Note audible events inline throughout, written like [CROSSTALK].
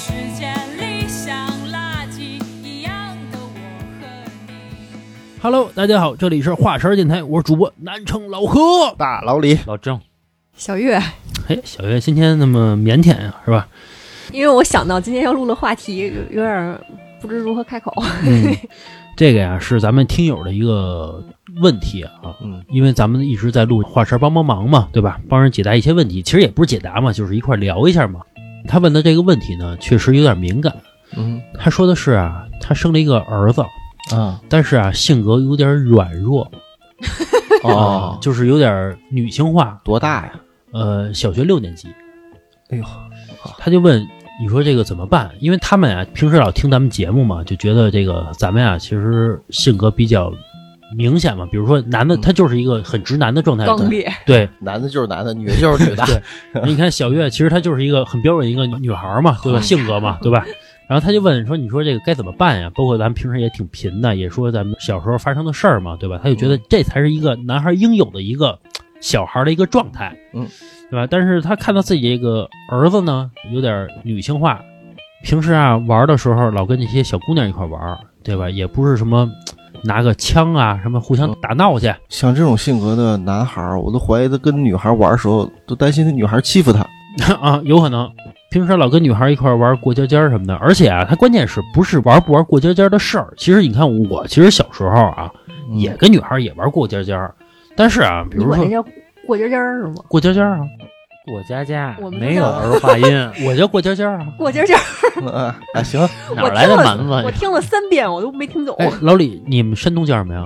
哎 Hello，大家好，这里是华山电台，我是主播南城老何，大老李，老郑。小月，哎，小月今天那么腼腆呀、是吧？因为我想到今天要录的话题，有有点儿不知如何开口。嗯，这个呀是咱们听友的一个问题啊，嗯，因为咱们一直在录华山帮帮忙嘛，对吧？帮人解答一些问题，其实也不是解答嘛，就是一块儿聊一下嘛。他问的这个问题呢，确实有点敏感。嗯他说的是啊，他生了一个儿子，啊但是啊性格有点软弱啊，哦，就是有点女性化，多大呀？呃，小学六年级。哎呦，他就问你说这个怎么办？因为他们啊，平时老听咱们节目嘛，就觉得这个咱们啊，其实性格比较明显嘛。比如说男的，嗯他就是一个很直男的状态。刚烈，对，。男的就是男的，女的就是女的对 [LAUGHS] 你看小月，其实她就是一个很标准一个女孩儿嘛，对吧？性格嘛，对吧？然后他就问说：“你说这个该怎么办呀？包括咱们平时也挺贫的，也说咱们小时候发生的事儿嘛，对吧？他就觉得这才是一个男孩应有的一个小孩的一个状态，嗯，对吧？但是他看到自己这个儿子呢，有点女性化，平时啊玩的时候老跟那些小姑娘一块玩儿，对吧？也不是什么拿个枪啊什么互相打闹去， [LAUGHS] 像这种性格的男孩儿，我都怀疑他跟女孩玩的时候，都担心那女孩欺负他。啊，有可能。平时老跟女孩一块儿玩过家家什么的，而且啊，他关键是不是玩不玩过家家的事儿？其实你看我，其实小时候啊，嗯也跟女孩也玩过家家，但是啊，比你如管说这叫过家家儿是吗？过家家啊，过家家我们都没有叫儿化音， [LAUGHS] 我叫过家家啊。过家家儿，嗯啊啊， [LAUGHS] 行，哪儿来的蛮子我呀？听了三遍，我都没听懂。 [LAUGHS] 哎，老李，你们山东叫什么呀？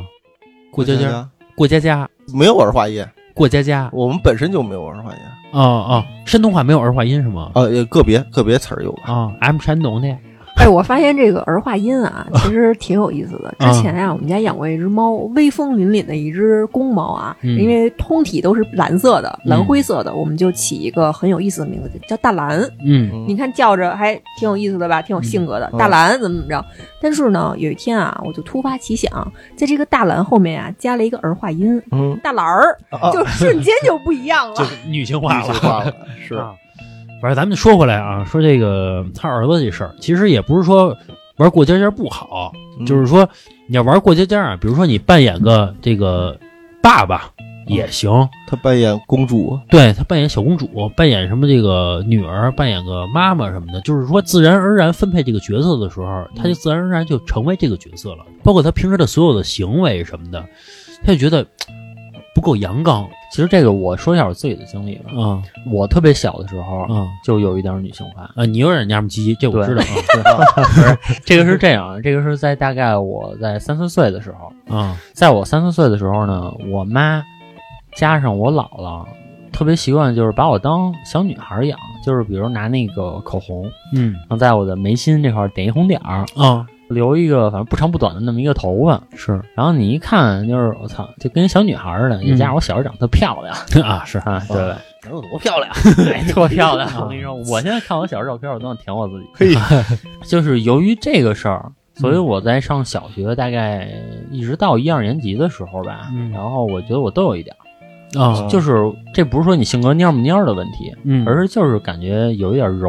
过家家，过家家，没有儿化音，过家家。我们本身就没有儿化音哦哦，山东话没有儿化音是吗？啊，也个别个别词儿有哦吧？啊，M 山东的。哎，我发现这个儿化音啊，其实挺有意思的。之前呀、我们家养过一只猫，威风凛凛的一只公猫啊，嗯因为通体都是蓝色的、嗯蓝灰色的，我们就起一个很有意思的名字，叫大蓝。嗯嗯你看叫着还挺有意思的吧，挺有性格的。嗯大蓝怎么怎么着？但是呢，有一天啊，我就突发奇想，在这个大蓝后面啊加了一个儿化音，嗯，大蓝儿，啊就瞬间就不一样就 [LAUGHS] 了。是女性女化性了。化了， [LAUGHS] 是啊。反正咱们说回来啊，说这个他儿子这事儿，其实也不是说玩过家家不好，嗯就是说你要玩过家家啊，比如说你扮演个这个爸爸也行，他扮演公主，对他扮演小公主，扮演什么这个女儿，扮演个妈妈什么的，就是说自然而然分配这个角色的时候，他就自然而然就成为这个角色了，包括他平时的所有的行为什么的，他就觉得嘖不够阳刚其实这个我说一下我自己的经历吧。啊我特别小的时候啊就有一点女性化，啊！你有点娘们唧唧，这我对知 [LAUGHS] 道这个是这样，啊这个是在大概我在三四岁的时候，啊啊在我三四岁的时候呢，我妈加上我姥姥特别习惯就是把我当小女孩养，就是比如拿那个口红，嗯然后在我的眉心这块儿点一红点儿，啊留一个反正不长不短的那么一个头发，是嗯然后你一看就是我操，就跟小女孩儿似的，也加上我小时候长得特漂亮。啊是啊，对，能有多漂亮？哎多漂亮！ [LAUGHS] 我跟你说，我现在看我小时候照片，我都想舔我自己。嘿， [LAUGHS] 就是由于这个事儿，所以我在上小学大概一直到一二年级的时候吧，嗯然后我觉得我都有一点儿，啊嗯就是这不是说你性格蔫不蔫儿的问题，嗯而是就是感觉有一点柔，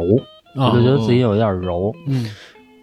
我啊就觉得自己有一点柔。嗯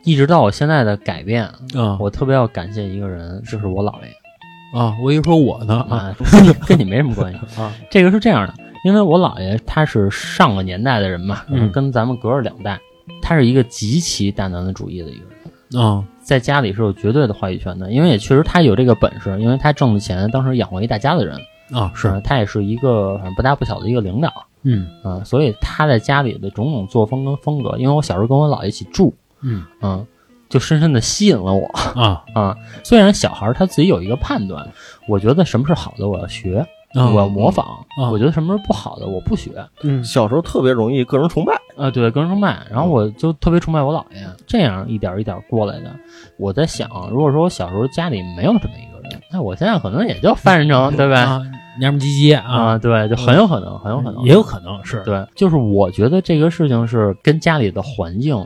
一直到我现在的改变，啊我特别要感谢一个人，就是我姥爷。啊！我以为说我呢啊啊，跟你跟你没什么关系。 [LAUGHS] 啊这个是这样的，因为我姥爷他是上个年代的人嘛，可能嗯跟咱们隔着两代，他是一个极其大男子主义的一个人，啊在家里是有绝对的话语权的，因为也确实他有这个本事，因为他挣的钱当时养活一大家子人，啊是呃他也是一个反正不大不小的一个领导，嗯嗯、所以他在家里的种种作风跟风格，因为我小时候跟我姥爷一起住，嗯嗯、就深深的吸引了我啊啊、虽然小孩儿他自己有一个判断，我觉得什么是好的我要学，啊我要模仿。啊我觉得什么是不好的我不学。嗯小时候特别容易个人崇拜，呃，对，跟人崇拜，然后我就特别崇拜我姥爷，这样一点儿一点儿过来的。我在想，如果说我小时候家里没有这么一个人，那我现在可能也就范人成，对吧？啊娘们唧唧啊，嗯啊，对，就很有可能，很有可能，也有可能是对，就是我觉得这个事情是跟家里的环境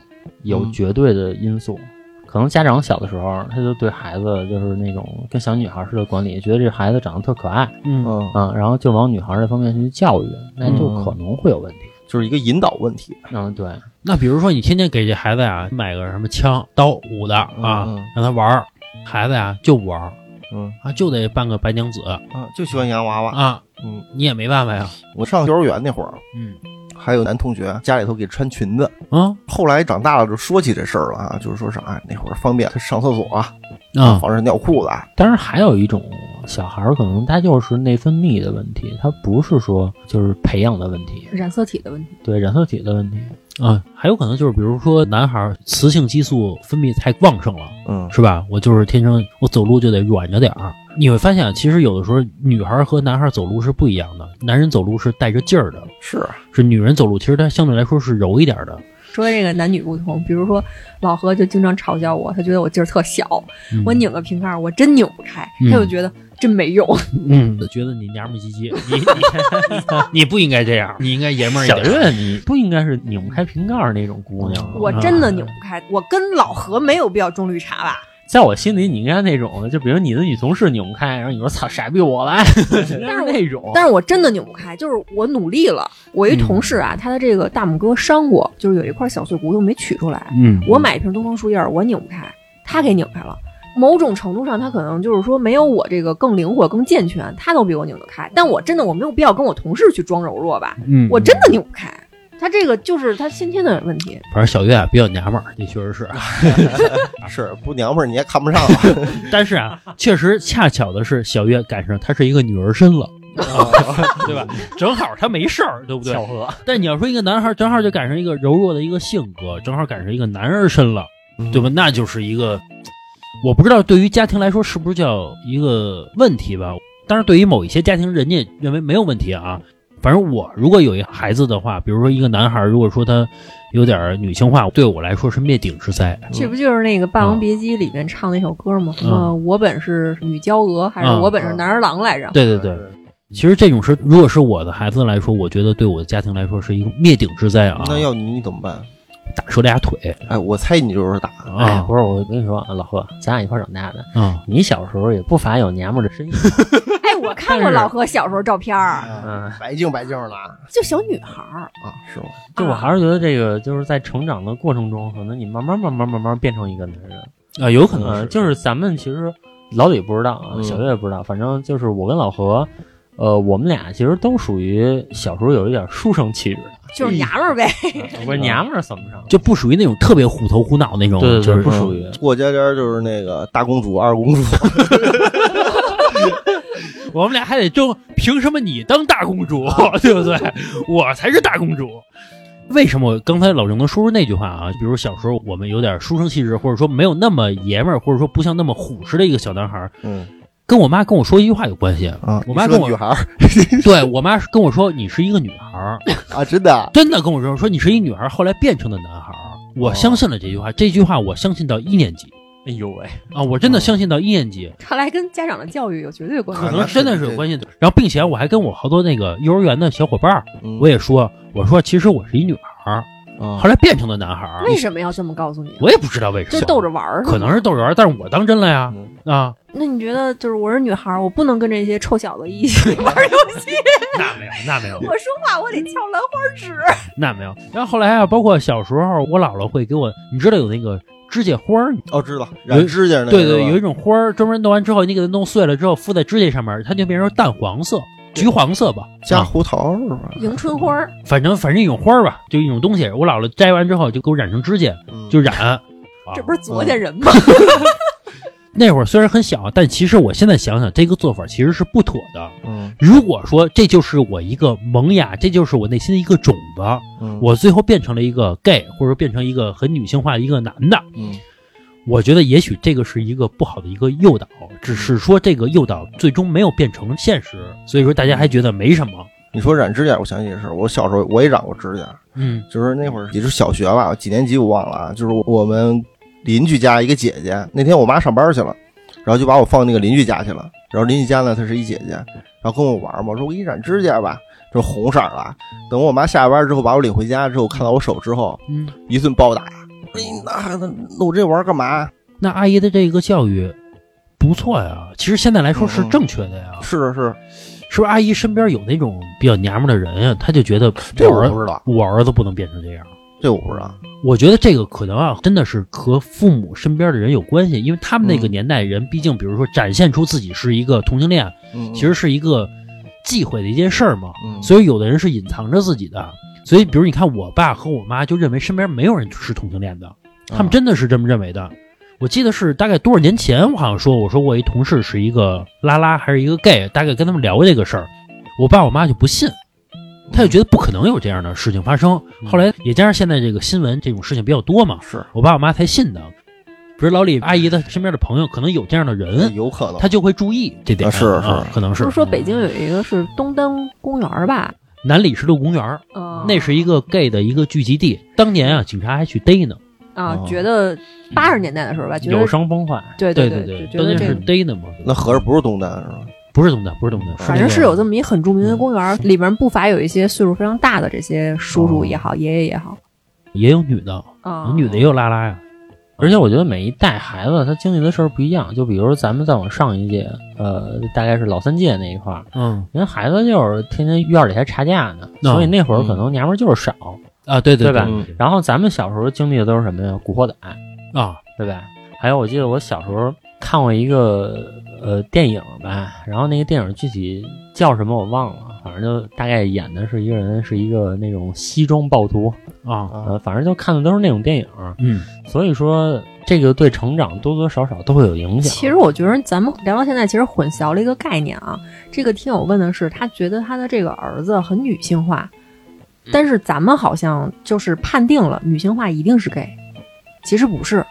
有嗯绝对的因素。可能家长小的时候，他就对孩子就是那种跟小女孩似的管理，觉得这孩子长得特可爱，嗯嗯，嗯，然后就往女孩这方面去教育，那就嗯可能会有问题。就是一个引导问题。嗯，对，那比如说你天天给这孩子呀买个什么枪刀武的啊嗯嗯让他玩儿，孩子呀就不玩儿，嗯啊，就得扮个白娘子啊，就喜欢洋娃娃。啊，嗯，你也没办法呀， [LAUGHS] 我上幼儿园那会儿，嗯还有男同学啊家里头给穿裙子。啊后来长大了就说起这事儿了啊，就是说啥、哎那会儿方便他上厕所啊，啊，防止尿裤子啊。当然，还有一种小孩儿，可能他就是内分泌的问题，他不是说就是培养的问题，染色体的问题，对染色体的问题。啊，还有可能就是比如说男孩儿雌性激素分泌太旺盛了，嗯是吧？我就是天生我走路就得软着点儿。你会发现，其实有的时候女孩儿和男孩儿走路是不一样的，男人走路是带着劲儿的，是啊是女人走路其实她相对来说是柔一点儿的。说这个男女不同，比如说老何就经常嘲笑我，他觉得我劲儿特小，嗯我拧个瓶盖儿我真拧不开，嗯他就觉得真没用。嗯，我觉得你娘们唧唧， [LAUGHS] 你你你不应该这样，你应该爷们儿一小点。月，你不应该是拧不开瓶盖儿那种姑娘。我真的拧不开，我跟老何没有必要中绿茶吧？在我心里，你应该那种，就比如你的女同事拧不开，然后你说“操，傻逼，我来”， [LAUGHS] 但是我那种，但是我真的拧不开，就是我努力了。我一同事嗯啊，他的这个大拇哥伤过，就是有一块小碎骨头没取出来。嗯，我买一瓶东方树叶儿，我拧不开，他给拧开了。某种程度上，他可能就是说没有我这个更灵活、更健全，他都比我拧得开。但我真的我没有必要跟我同事去装柔弱吧，嗯我真的拧不开。他这个就是他先天的问题，反正小月啊比较娘们儿，这确实 [LAUGHS] 是。是不娘们儿你也看不上啊。但是啊，确实恰巧的是，小月赶上她是一个女儿身了，啊对吧？正好她没事儿，对不对？巧合。但你要说一个男孩，正好就赶上一个柔弱的一个性格，正好赶上一个男儿身了，对吧？那就是一个，我不知道对于家庭来说是不是叫一个问题吧。当然，对于某一些家庭，人家认为没有问题啊。反正我如果有一孩子的话，比如说一个男孩，如果说他有点女性化，对我来说是灭顶之灾。这不就是那个《霸嗯王别姬》里面唱那首歌吗？什么我本是女娇娥，还是嗯我本是男儿郎来着？ [LAUGHS] 对对对，其实这种事，如果是我的孩子来说，我觉得对我的家庭来说是一个灭顶之灾啊！ [LAUGHS] 那要你你怎么办？打折俩腿哎，我猜你就是打。哎，啊不是，我跟你说啊，老贺，咱俩一块儿长大的，啊！你小时候也不乏有娘们儿的身影。哎，我看过老何小时候照片儿，嗯白净白净的啊，就小女孩儿，是吗？就我啊还是觉得这个就是在成长的过程中，可能你慢慢慢慢慢慢变成一个男人。啊，有可嗯、能是就是咱们其实老李不知道啊，嗯小月也不知道，反正就是我跟老何，呃，我们俩其实都属于小时候有一点书生气质哎就是娘们儿呗。 [LAUGHS] 的，不是娘们儿算不上，就不属于那种特别虎头虎脑那种，对对对嗯就是不属于过家家就是那个大公主、二公主，我们俩还得争，凭什么你当大公主， [LAUGHS] 对不对？我才是大公主。为什么刚才老郑能说出那句话啊？比如小时候我们有点书生气质，或者说没有那么爷们儿，或者说不像那么虎似的一个小男孩儿，嗯跟我妈跟我说一句话有关系。 [LAUGHS] 啊，我妈你跟是个我女孩儿对我妈跟我说你是一个女孩儿，啊，真的啊，真的跟我说说你是一女孩儿，后来变成的男孩儿。我哦相信了这句话，这句话我相信到一年级哎呦喂，啊，我真的哦相信到一年级。看来跟家长的教育有绝对关可啊系。能那真的是是有这关系的。然后，并且我还跟我好多那个幼儿园的小伙伴儿，嗯我也说，我说其实我是一女孩儿，啊后来变成了男孩儿。为什么要这么告诉你？啊我也不知道为什就么，逗着玩儿，可能是逗着玩儿，但是我当真了呀嗯 [LAUGHS] 啊，那你觉得就是我是女孩儿，我不能跟这些臭小子一起 [LAUGHS] 玩儿游戏，那没有，那没有，我说话我得翘兰花指。那没有。然后后来啊，包括小时候，我姥姥会给我，你知道有那个指甲花儿，哦，知道染指甲那个对是对，吧有一种花儿，专门弄完之后，你给它弄碎了之后，敷在指甲上面，它就变成淡黄色、橘黄色吧，加啊胡桃是吧？迎春花儿，反正反正一种花儿吧，就一种东西。我姥姥摘完之后就给我染成指甲，嗯就染。啊这不是作家人吗？那会儿虽然很小，但其实我现在想想，这个做法其实是不妥的。嗯如果说这就是我一个萌芽，这就是我内心的一个种子，嗯我最后变成了一个 gay，或者说变成一个很女性化的一个男的，嗯我觉得也许这个是一个不好的一个诱导，只是说这个诱导最终没有变成现实，所以说大家还觉得没什么。你说染指甲，我想起一个事儿，我小时候我也染过指甲，嗯就是那会儿也是小学吧，几年级我忘了啊，就是我们邻居家一个姐姐，那天我妈上班去了，然后就把我放那个邻居家去了，然后邻居家呢她是一姐姐，然后跟我玩嘛，我说我给你染指甲吧，这红色儿的，等我妈下班之后把我领回家之后，看到我手之后嗯，一顿暴打，哎，那还那弄这玩意儿干嘛？那阿姨的这个教育不错呀，其实现在来说是嗯嗯正确的呀，是啊是啊，是不是？阿姨身边有那种比较娘们儿的人呀，她就觉得这我我儿不知道。我儿子不能变成这样。这我不知道。我觉得这个可能啊，真的是和父母身边的人有关系，因为他们那个嗯年代人，毕竟比如说展现出自己是一个同性恋，嗯，其实是一个忌讳的一件事儿嘛。嗯，所以有的人是隐藏着自己的，所以比如你看我爸和我妈就认为身边没有人是同性恋的，嗯他啊们真的是这么认为的。我记得是大概多少年前，我好像说我说我一同事是一个拉拉还是一个 gay，大概跟他们聊过这个事儿，我爸我妈就不信。他就觉得不可能有这样的事情发生。后来也加上现在这个新闻这种事情比较多嘛，是我爸我妈才信的。比如老李阿姨的身边的朋友可能有这样的人，有可能他就会注意这点。哎啊是啊是可能不是是说北京有一个是东单公园儿吧？南礼士路公园儿，嗯，那是一个 gay 的一个聚集地。当年啊，警察还去逮呢，啊哦，觉得八十年代的时候吧，觉有得伤风化。对对对对，就觉当得年这是个逮呢嘛。那合着不是东单是吧？不是东大，不是东嗯大，反那正个是有这么一很著名的公园儿，里面不乏有一些岁数非常大的这些叔哦叔也好，爷爷也好也有女的，啊，女的也有拉拉呀。而且我觉得每一代孩子他经历的事儿不一样，就比如说咱们再往上一届，呃，大概是老三届那一块儿，嗯人孩子就是天天院里还查架呢，嗯所以那会儿可能娘们儿就是少。啊，对对对吧对然后咱们小时候经历的都是什么呀？古惑仔，啊，对吧？还有我记得我小时候看过一个呃电影吧，然后那个电影具体叫什么我忘了，反正就大概演的是一个人是一个那种西装暴徒，啊，呃，反正就看的都是那种电影，嗯，所以说这个对成长多多少少都会有影响。其实我觉得咱们聊到现在，其实混淆了一个概念啊。这个听友问的是，他觉得他的这个儿子很女性化，嗯但是咱们好像就是判定了女性化一定是 gay，其实不是。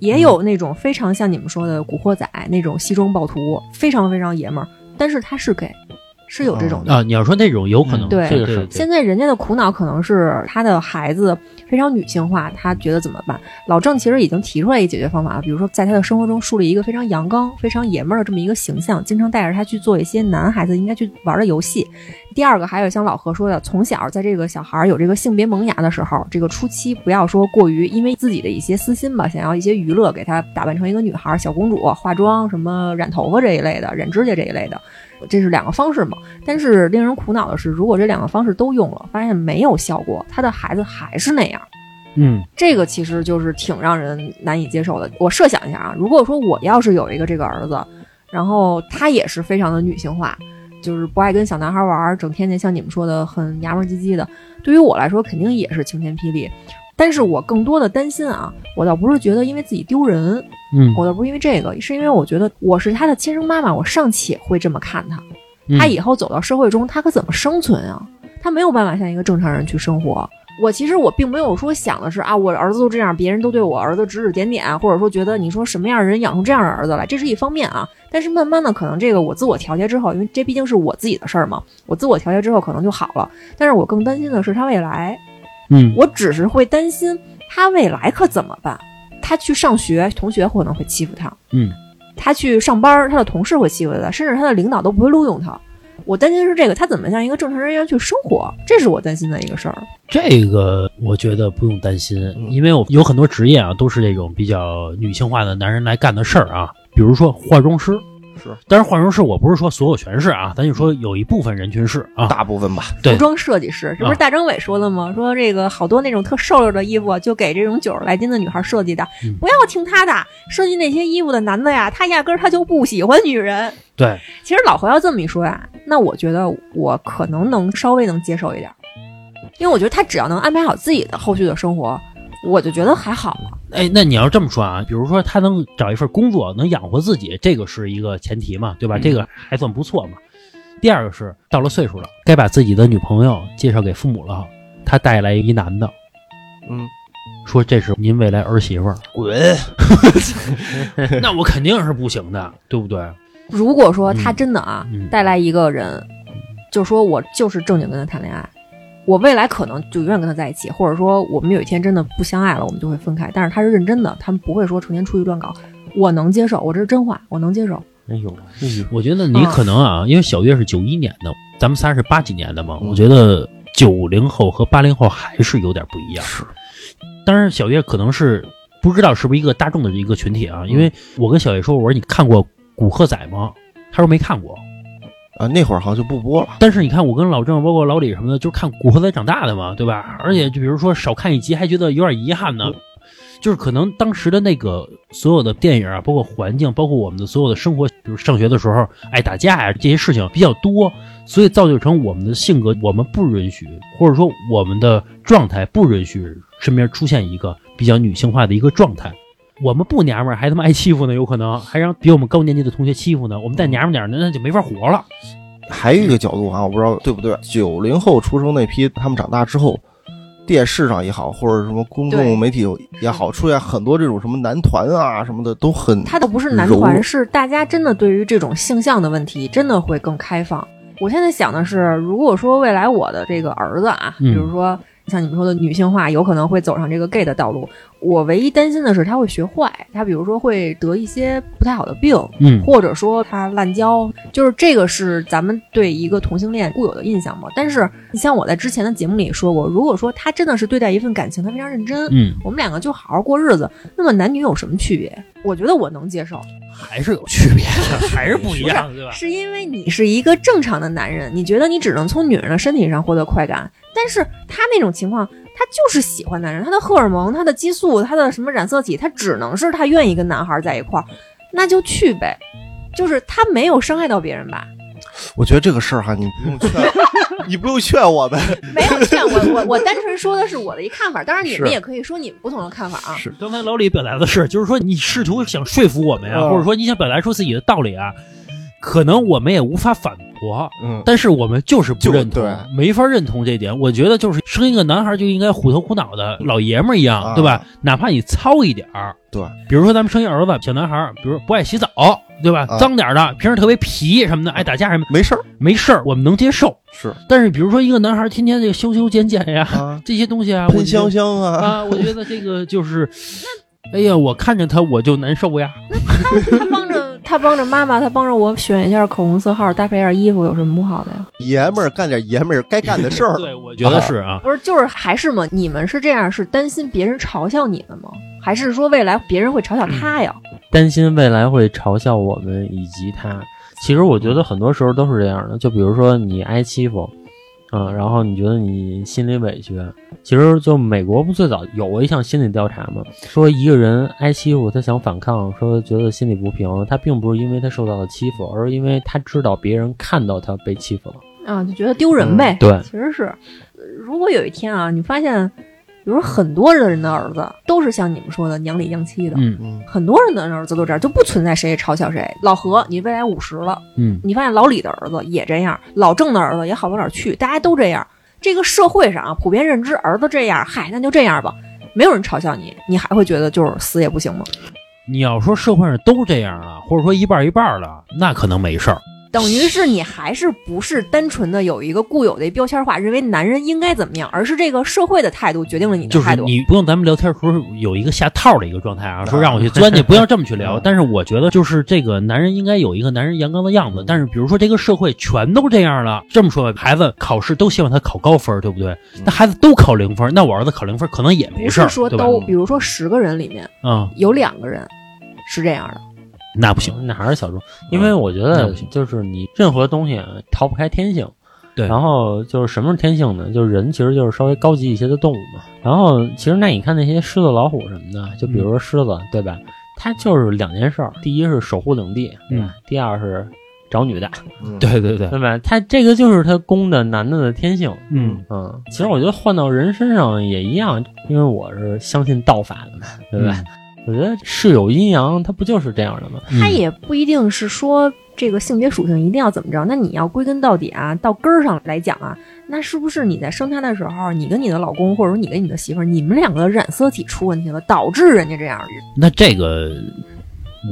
也有那种非常像你们说的古惑仔那种西装暴徒，非常非常爷们儿，但是他是 gay，是有这种的。哦啊，你要说那种有可能，嗯对这个对是现在人家的苦恼可能是他的孩子非常女性化，他觉得怎么办？老郑其实已经提出来一个解决方法了，比如说在他的生活中树立一个非常阳刚、非常爷们儿的这么一个形象，经常带着他去做一些男孩子应该去玩的游戏。第二个，还有像老何说的，从小在这个小孩儿有这个性别萌芽的时候，这个初期不要说过于因为自己的一些私心吧，想要一些娱乐，给他打扮成一个女孩儿、小公主，化妆、什么染头发这一类的，染指甲这一类的，这是两个方式嘛。但是令人苦恼的是，如果这两个方式都用了，发现没有效果，他的孩子还是那样。嗯这个其实就是挺让人难以接受的。我设想一下啊，如果说我要是有一个这个儿子，然后他也是非常的女性化，就是不爱跟小男孩玩儿，整天就像你们说的很娘们儿唧唧的，对于我来说肯定也是晴天霹雳。但是我更多的担心啊，我倒不是觉得因为自己丢人，嗯，我倒不是因为这个，是因为我觉得我是他的亲生妈妈，我尚且会这么看他，嗯他以后走到社会中，他可怎么生存啊？他没有办法像一个正常人去生活。我其实我并没有说想的是啊，我儿子都这样，别人都对我儿子指指点点，或者说觉得你说什么样的人养出这样的儿子来，这是一方面啊。但是慢慢的，可能这个我自我调节之后，因为这毕竟是我自己的事儿嘛，我自我调节之后可能就好了。但是我更担心的是他未来，嗯我只是会担心他未来可怎么办？他去上学，同学可能会欺负他；嗯，他去上班，他的同事会欺负他，甚至他的领导都不会录用他。我担心是这个，他怎么像一个正常人一样去生活？这是我担心的一个事儿。这个我觉得不用担心，嗯因为我有很多职业啊，都是这种比较女性化的男人来干的事儿啊，比如说化妆师。是，但是化妆师我不是说所有全是啊，咱就说有一部分人群是啊，大部分吧，对服装设计师，这不是啊大张伟说的吗？说这个好多那种特瘦溜的衣服，就给这种九十来斤的女孩设计的嗯，不要听他的。设计那些衣服的男的呀，他压根儿他就不喜欢女人。对，其实老何要这么一说呀，那我觉得我可能能稍微能接受一点儿，因为我觉得他只要能安排好自己的后续的生活，我就觉得还好了。哎，那你要这么说啊，比如说他能找一份工作，能养活自己，这个是一个前提嘛，对吧？嗯这个还算不错嘛。第二个是到了岁数了，该把自己的女朋友介绍给父母了，他带来一男的，嗯，说这是您未来儿媳 [LAUGHS] 妇儿，滚，那我肯定是不行的，对不对？如果说他真的啊、嗯嗯带来一个人，就说我就是正经跟他谈恋爱，我未来可能就永远跟他在一起，或者说我们有一天真的不相爱了，我们就会分开。但是他是认真的，他们不会说成天出去乱搞，我能接受，我这是真话，我能接受。哎呦，我觉得你啊可能啊，因为小月是九一年的，咱们仨是八几年的嘛，嗯我觉得九零后和八零后还是有点不一样。是，当然小月可能是不知道是不是一个大众的一个群体啊，因为我跟小月说，我说你看过《古惑仔》吗？他说没看过。啊，那会儿好像就不播了。但是你看，我跟老郑，包括老李什么的，就是看《古惑仔》长大的嘛，对吧？而且就比如说少看一集，还觉得有点遗憾呢。就是可能当时的那个所有的电影啊，包括环境，包括我们的所有的生活，比如上学的时候爱打架呀、这些事情比较多，所以造就成我们的性格，我们不允许，或者说我们的状态不允许身边出现一个比较女性化的一个状态。我们不娘们儿，还他妈挨欺负呢，有可能还让比我们高年级的同学欺负呢。我们再娘们点儿，那那就没法活了。还有一个角度啊，我不知道对不对，九零后出生那批，他们长大之后，电视上也好，或者什么公对众媒体也好，出现很多这种什么男团啊什么的，都很他倒不是男柔团，是大家真的对于这种性向的问题真的会更开放。我现在想的是，如果说未来我的这个儿子啊，嗯比如说像你们说的女性化，有可能会走上这个 gay 的道路，我唯一担心的是他会学坏，他比如说会得一些不太好的病，嗯，或者说他滥交，就是这个是咱们对一个同性恋固有的印象嘛。但是你像我在之前的节目里说过，如果说他真的是对待一份感情，他非常认真，嗯，我们两个就好好过日子，那么男女有什么区别？我觉得我能接受，还是有区别的， [LAUGHS] 还是不一样，对吧？是因为你是一个正常的男人，你觉得你只能从女人的身体上获得快感，但是他那种情况，他就是喜欢男人，他的荷尔蒙、他的激素、他的什么染色体，他只能是他愿意跟男孩在一块儿，那就去呗， [LAUGHS] 就是他没有伤害到别人吧。我觉得这个事儿哈，你不用劝， [LAUGHS] 你不用劝我们。没有劝我，我我单纯说的是我的一看法，当然你们是也可以说你们不同的看法啊。是刚才老李表达的是，就是说你试图想说服我们呀、嗯或者说你想表达出自己的道理啊，可能我们也无法反驳，嗯，但是我们就是不就认同对，没法认同这点。我觉得就是生一个男孩就应该虎头虎脑的老爷们儿一样，啊对吧？哪怕你糙一点儿，对，比如说咱们生一儿子小男孩儿，比如不爱洗澡，对吧？啊脏点儿的，平时特别皮什么的，爱打架什么的，没事儿，没事儿，我们能接受。是但是比如说一个男孩儿天天这个修修剪剪呀，啊，这些东西啊，我喷觉得香香啊，啊，我觉得这个就是，哎呀，我看着他我就难受呀。 [LAUGHS] 他帮着他帮着妈妈，他帮着我选一下口红色号，搭配一下衣服，有什么不好的呀？爷们儿干点爷们儿该干的事儿。对，我觉得是啊。不是，就是还是嘛，你们是这样，是担心别人嘲笑你们吗？还是说未来别人会嘲笑他呀？担心未来会嘲笑我们以及他。其实我觉得很多时候都是这样的，就比如说你挨欺负，嗯，然后你觉得你心里委屈，其实就美国不最早有过一项心理调查嘛，说一个人挨欺负，他想反抗，说觉得心里不平，他并不是因为他受到了欺负，而是因为他知道别人看到他被欺负了。啊，就觉得丢人呗。嗯对其实是，呃如果有一天啊，你发现，比如说很多人的儿子都是像你们说的娘里娘气的。嗯嗯，很多人的儿子都这样，就不存在谁嘲笑谁。老何，你未来五十了，嗯，你发现老李的儿子也这样，老郑的儿子也好不到哪儿去，大家都这样。这个社会上啊，普遍认知儿子这样，嗨，那就这样吧，没有人嘲笑你，你还会觉得就是死也不行吗？你要说社会上都这样了，或者说一半儿一半儿了，那可能没事儿。等于是你还是不是单纯的有一个固有的标签化，认为男人应该怎么样，而是这个社会的态度决定了你的就态是度。你不用咱们聊天的时候有一个下套的一个状态啊，说啊让我去钻去， [LAUGHS] 不要这么去聊嗯。但是我觉得就是这个男人应该有一个男人阳刚的样子。但是比如说这个社会全都这样了，这么说吧，孩子考试都希望他考高分儿，对不对？那孩子都考零分儿，那我儿子考零分儿可能也没不事儿是，说对吧？都，比如说十个人里面嗯，有两个人是这样的，那不行，那还是小众，因为我觉嗯那得不行就是你任何东西啊逃不开天性。对然后就是什么是天性呢？就是人其实就是稍微高级一些的动物嘛。然后其实那你看那些狮子、老虎什么的，就比如说狮子，对吧？它就是两件事儿，第一是守护领地，对吧？第二是找女的，嗯，对对嗯对，对吧？它这个就是它公的男的的天性。嗯。嗯，其实我觉得换到人身上也一样，因为我是相信道法的嘛，对吧？我觉得是有阴阳，它不就是这样的吗？嗯他也不一定是说这个性别属性一定要怎么着。那你要归根到底啊，到根儿上来讲啊，那是不是你在生他的时候，你跟你的老公或者说你跟你的媳妇儿，你们两个染色体出问题了，导致人家这样？嗯那这个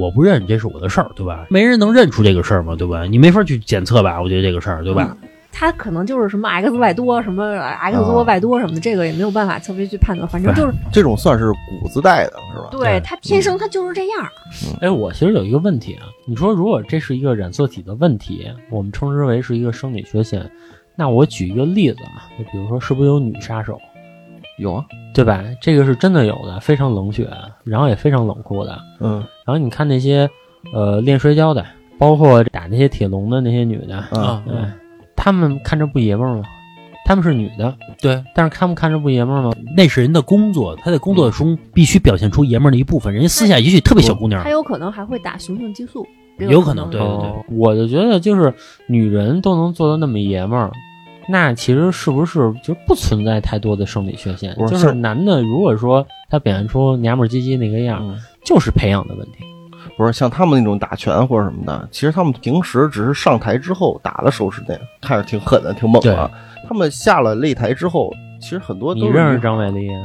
我不认，这是我的事儿，对吧？没人能认出这个事儿嘛，对吧？你没法去检测吧？我觉得这个事儿，对吧？他可能就是什么 X Y 多，什么 X 多 Y 多什么的，这个也没有办法特别去判断，反正啊就是这种算是骨子带的，是吧？对对他天生他就是这样。哎，我其实有一个问题啊，你说如果这是一个染色体的问题，我们称之为是一个生理缺陷，那我举一个例子啊，就比如说是不是有女杀手，有啊，对吧？这个是真的有的，非常冷血，然后也非常冷酷的。嗯然后你看那些呃练摔跤的，包括打那些铁笼的那些女的，啊，啊，对，她们看着不爷们儿吗？她们是女的，对，但是她们看着不爷们儿吗？那是人的工作，他在工作中必须表现出爷们儿的一部分。人家私下也许特别小姑娘他，有可能还会打雄性激素，这有个可能对对对哦我就觉得就是女人都能做到那么爷们儿，那其实是不是就不存在太多的生理缺陷？不是就是是男的，如果说他表现出娘们儿唧唧那个样儿，嗯就是培养的问题。不是像他们那种打拳啊或者什么的，其实他们平时只是上台之后打了手指那样，看着挺狠的，挺猛的。他们下了擂台之后，其实很多都你是认识张伟丽啊？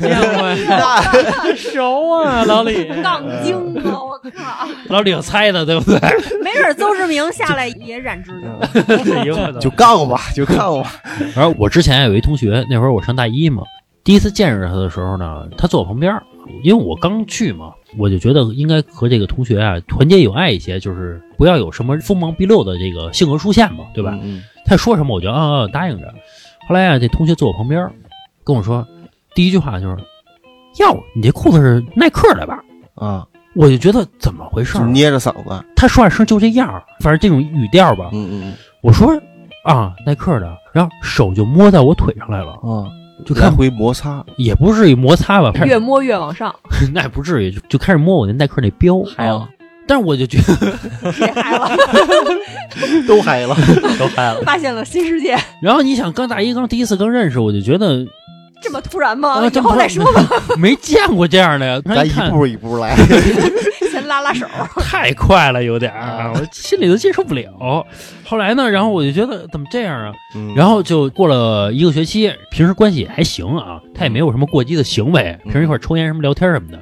见 [LAUGHS] 过呀，熟啊，老李。杠精啊！我 [LAUGHS] 靠，老李有猜的，对不 [LAUGHS] 对？没准邹市明下来也染指甲。有可能 [LAUGHS] 就杠吧，就杠吧。然后我之前有一同学，那会儿我上大一嘛，第一次见识他的时候呢，他坐我旁边儿，因为我刚去嘛，我就觉得应该和这个同学啊团结友爱一些，就是不要有什么锋芒毕露的这个性格出现嘛，对吧？嗯？他说什么我就啊啊答应着。后来啊，这同学坐我旁边儿，跟我说第一句话就是：“哟，你这裤子是耐克的吧嗯啊，？”我就觉得怎么回事就儿？捏着嗓子。他说话声就这样儿，反正这种语调吧。嗯嗯我说啊，耐克的，然后手就摸在我腿上来了。嗯啊，就来看回摩擦。也不至于摩擦吧，开越始摸越往上， [LAUGHS] 那也不至于，就就开始摸我那耐克那标。嗨啊了，但是我就觉得，谁嗨了？都嗨了。都嗨了。发现了新世界，然后你想，刚大一刚第一次刚认识，我就觉得这么突然吗？啊，以真哦后再说吧，吧， [LAUGHS] 没见过这样的呀。然后咱一一看步一步来。先拉拉手。 [LAUGHS] 太快了，有点儿啊，我心里都接受不了。后来呢，然后我就觉得怎么这样啊？嗯然后就过了一个学期，平时关系也还行啊，他也没有什么过激的行为，嗯平时一块儿抽烟什么聊天什么的。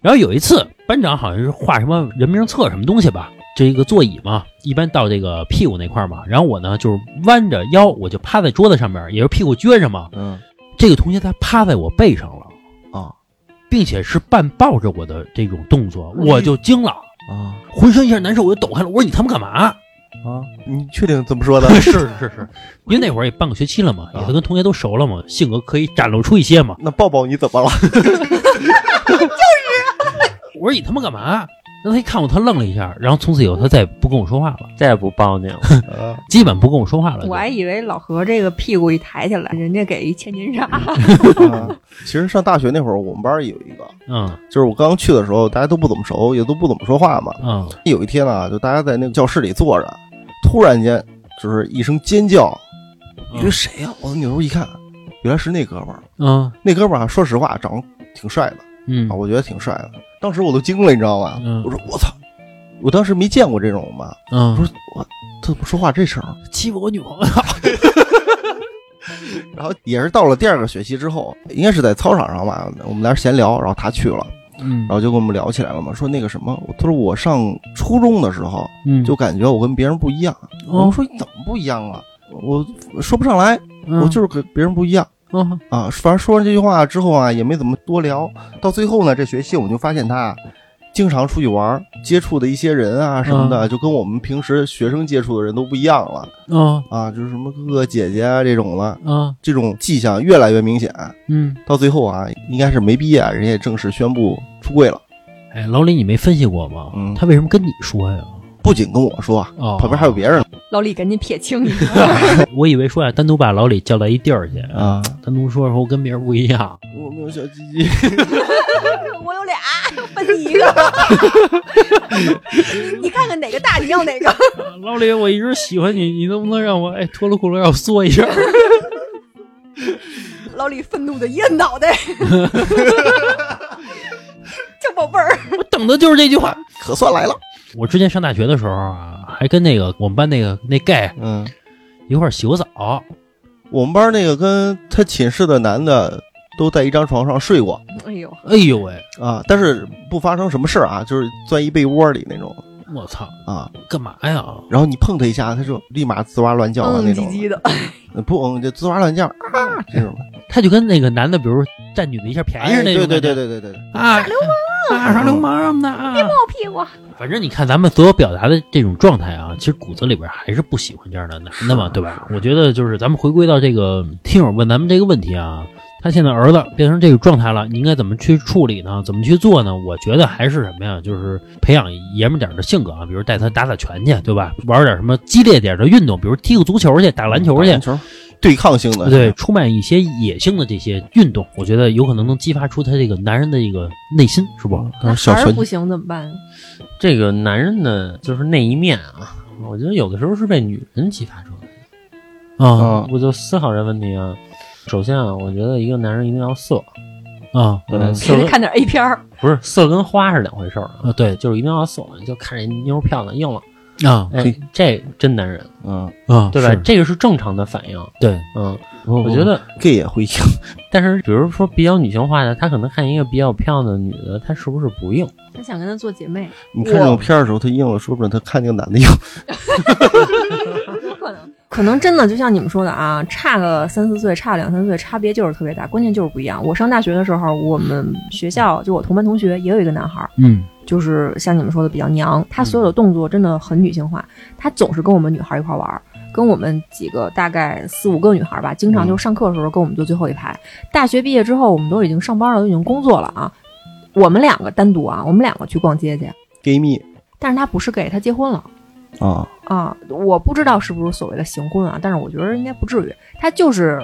然后有一次，班长好像是画什么人名册什么东西吧，这一个座椅嘛，一般到这个屁股那块儿嘛。然后我呢就是弯着腰，我就趴在桌子上面，也是屁股撅着嘛。嗯这个同学他趴在我背上了，啊并且是半抱着我的这种动作，我就惊了，啊浑身一下难受，我就抖开了。我说你他妈干嘛？啊！你确定怎么说的？ [LAUGHS] [LAUGHS] 是是是，因为那会儿也半个学期了嘛，也啊是跟同学都熟了嘛，性格可以展露出一些嘛。那抱抱你怎么了？我说你他妈干嘛？然后他一看我，他愣了一下，然后从此以后他再也不跟我说话了， [LAUGHS] 再也不抱你了。啊基本不跟我说话了。我还以为老何这个屁股一抬起来，人家给一千斤闸。啊其实上大学那会儿，我们班儿有一个，嗯就是我刚去的时候，大家都不怎么熟，也都不怎么说话嘛。嗯有一天啊，就大家在那个教室里坐着，突然间就是一声尖叫，你说谁呀、我扭头一看，原来是那哥们儿。嗯那哥们儿啊，说实话，长得挺帅的嗯啊，我觉得挺帅的。当时我都惊了，你知道吗？嗯我说我操，我当时没见过这种嘛，我嗯，说我他怎么说话这声儿？欺负我女朋友。然后也是到了第二个学期之后，应该是在操场上吧，我们俩闲聊，然后他去了，嗯然后就跟我们聊起来了嘛，说那个什么，他说我上初中的时候嗯就感觉我跟别人不一样，哦我说你怎么不一样啊？我我说不上来，我就是跟别人不一样嗯啊。反正说完这句话之后啊，也没怎么多聊。到最后呢，这学期我们就发现他啊经常出去玩儿，接触的一些人啊什么的，就跟我们平时学生接触的人都不一样了嗯啊，就是什么哥哥姐姐啊这种了，嗯这种迹象越来越明显。嗯，到最后啊，应该是没毕业，人家也正式宣布出柜了。哎，老李，你没分析过吗？嗯他为什么跟你说呀？ [LAUGHS] 不仅跟我说，啊哦，旁边还有别人 [LAUGHS] 老李赶紧撇清你，我以为说呀，单独把老李叫到一地儿去，啊，单独说说我跟别人不一样。我没有小鸡鸡。我有俩，分你一个。 [LAUGHS] 你你看看哪个大，你要哪个。老李，我一直喜欢你，你能不能让我哎脱了裤子让我缩一下？老李愤怒的一摁脑袋， [LAUGHS] 这宝贝儿， [LAUGHS] 我等的就是这句话。可算来了，我之前上大学的时候啊，还跟那个我们班那个那 gay 嗯。一块儿洗过澡。我们班那个跟他寝室的男的都在一张床上睡过哎呦，哎呦喂，啊，但是不发生什么事儿啊，就是钻一被窝里那种我操，啊。干嘛呀？然后你碰他一下，他就立马吱哇乱叫的啊那嗯种唧，唧的，呃不嗯就吱哇乱叫啊这种。他就跟那个男的，比如占女的一下便宜哎，似的那对种对感觉。对对对对对，啊，流氓啊，耍流氓什么的啊。抱屁股，反正你看咱们所有表达的这种状态啊，其实骨子里边还是不喜欢这样的男的嘛，对吧？我觉得就是咱们回归到这个听友问咱们这个问题啊，他现在儿子变成这个状态了，你应该怎么去处理呢？怎么去做呢？我觉得还是什么呀，就是培养爷们儿点儿的性格啊，比如带他打打拳去，对吧？玩点什么激烈点的运动，比如踢个足球去，打篮球去打篮，球对抗性的，对，出卖一些野性的这些运动，我觉得有可能能激发出他这个男人的一个内心，是不？嗯小还是拳不行怎么办？这个男人的就是那一面啊，我觉得有的时候是被女人激发出来的。啊啊我就思考这问题啊。首先啊，我觉得一个男人一定要色，啊嗯色给跟他看点 A 片儿，不是色跟花是两回事儿啊，啊！对就是一定要色，你就看这妞儿漂亮硬了，啊哎嘿，这真男人，嗯啊，对吧？是这个是正常的反应，对，嗯，我我觉得， ，gay 也会硬，但是比如说比较女性化的，他可能看一个比较漂亮的女的，她是不是不硬？他想跟他做姐妹，你看这种片儿的时候，他硬了，说不准他看那个男的硬。有可能，可能真的就像你们说的啊，差个三四岁，差两三岁，差别就是特别大，关键就是不一样。我上大学的时候，我们学校就我同班同学也有一个男孩儿，嗯就是像你们说的比较娘，他所有的动作真的很女性化，他总是跟我们女孩一块玩儿，跟我们几个大概四五个女孩吧，经常就是上课的时候跟我们坐最后一排。大学毕业之后，我们都已经上班了，都已经工作了啊。我们两个单独啊，我们两个去逛街去， gay 蜜但是他不是给他结婚了。啊，啊，我不知道是不是所谓的行婚啊，但是我觉得应该不至于。他就是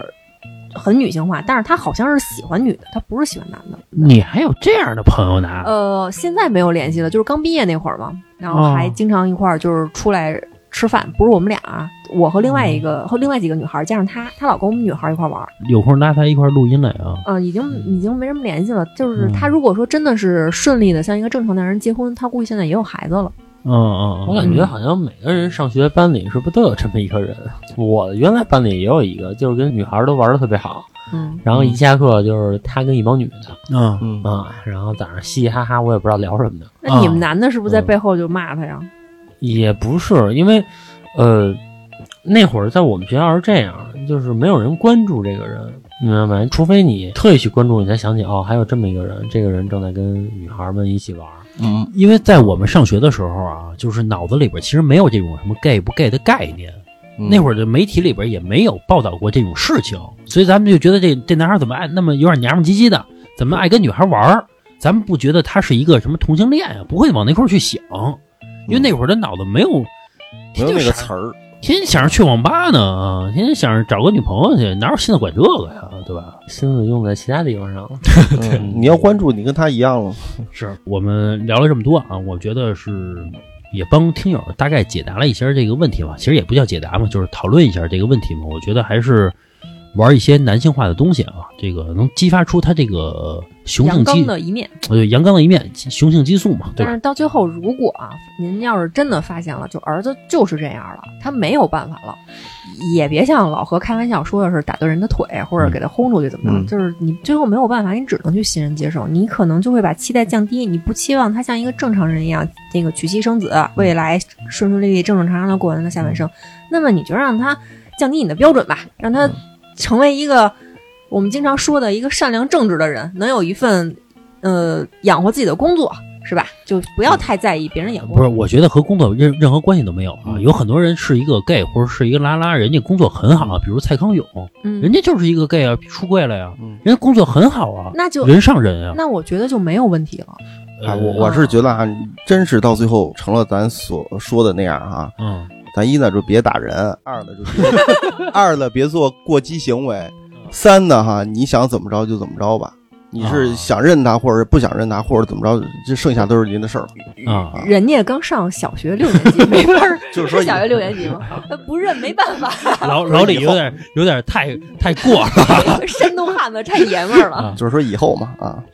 很女性化，但是他好像是喜欢女的，他不是喜欢男的。你还有这样的朋友呢？呃，现在没有联系了，就是刚毕业那会儿嘛，然后哦还经常一块儿就是出来吃饭，不是我们俩啊，我和另外一个和另外几个女孩儿加上她，她老跟我们女孩儿一块儿玩儿。有空拉他一块儿录音来啊！嗯、已经已经没什么联系了。就是嗯他如果说真的是顺利的像一个正常男人结婚，他估计现在也有孩子了。嗯嗯，我嗯感觉好像每个人上学班里是不是都有这么一个人？我原来班里也有一个，就是跟女孩儿都玩的特别好，嗯，然后一下课就是他跟一帮女的嗯嗯，啊，然后在那儿嘻嘻哈哈，我也不知道聊什么的。那你们啊男的是不是在嗯背后就骂他呀？也不是，因为，呃，那会儿在我们学校是这样，就是没有人关注这个人，你明白吗？除非你特意去关注，你才想起哦，还有这么一个人，这个人正在跟女孩们一起玩儿。嗯，因为在我们上学的时候啊，就是脑子里边其实没有这种什么 gay 不 gay 的概念，那会儿儿的媒体里边也没有报道过这种事情，所以咱们就觉得这这男孩怎么爱那么有点娘们唧唧的，怎么爱跟女孩玩儿？咱们不觉得他是一个什么同性恋啊，不会往那块儿去想，因为那会儿的脑子没有嗯没天天有那个想词 [LAUGHS] 儿，天天想着去网吧呢，啊，天天想着找个女朋友去，哪有心思管这个啊呀，对吧？心思用在其他地方上了。嗯你要关注，你跟他一样了。是我们聊了这么多啊，我觉得是也帮听友大概解答了一下这个问题吧。其实也不叫解答嘛，就是讨论一下这个问题嘛。我觉得还是玩一些男性化的东西啊，这个能激发出他这个雄阳性刚激，的一嗯面。呃，对阳刚的一面，雄性激素嘛，对但吧？是到最后，如果啊，您要是真的发现了，就儿子就是这样了，他没有办法了，也别像老何开玩笑说的是打断人的腿或者给他轰出去怎么着，嗯就是你最后没有办法，你只能去欣然接受，你可能就会把期待降低，你不期望他像一个正常人一样那个娶妻生子，嗯未来顺顺利利、正正常常的过完他的下半生，那么你就让他降低你的标准吧，嗯让他成为一个我们经常说的一个善良正直的人，能有一份呃养活自己的工作，是吧？就不要太在意别人眼不光。是，我觉得和工作任任何关系都没有啊。嗯有很多人是一个 gay 或者是一个拉拉，人家工作很好，啊比如蔡康永，嗯，人家就是一个 gay 啊，出柜了呀，嗯人家工作很好啊，那就人上人啊。那我觉得就没有问题了。啊，呃我我是觉得啊，真是到最后成了咱所说的那样啊，嗯，咱一呢就别打人，二呢就别 [LAUGHS] 二呢别做过激行为，三呢哈，你想怎么着就怎么着吧。你是啊想认他，或者是不想认他，或者怎么着，这剩下都是您的事儿。啊 [LAUGHS] 人家刚上小学六年 [LAUGHS] 级，没法儿，就是说是小学六年级吗？他不认没办法， [LAUGHS] 老老李有点有点太太过 [LAUGHS] 了。山东汉子太爷们儿了。啊就是说以后嘛啊，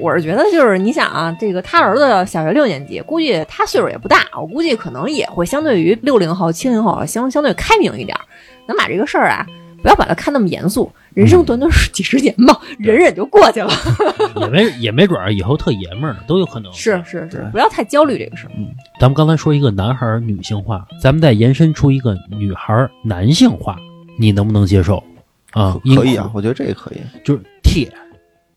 我是觉得就是你想啊，这个他儿子小学六年级，估计他岁数也不大，我估计可能也会相对于六零后、七零后相相对开明一点儿，能把这个事儿啊，不要把它看那么严肃。人生短短十 [LAUGHS] 几十年嘛，忍忍就过去了。也没也没准儿以后特爷们儿呢，都有可能。是，是是对，不要太焦虑这个事儿。咱们刚才说一个男孩儿女性化，咱们再延伸出一个女孩儿男性化，你能不能接受？啊，可可以啊因，我觉得这个可以就是 T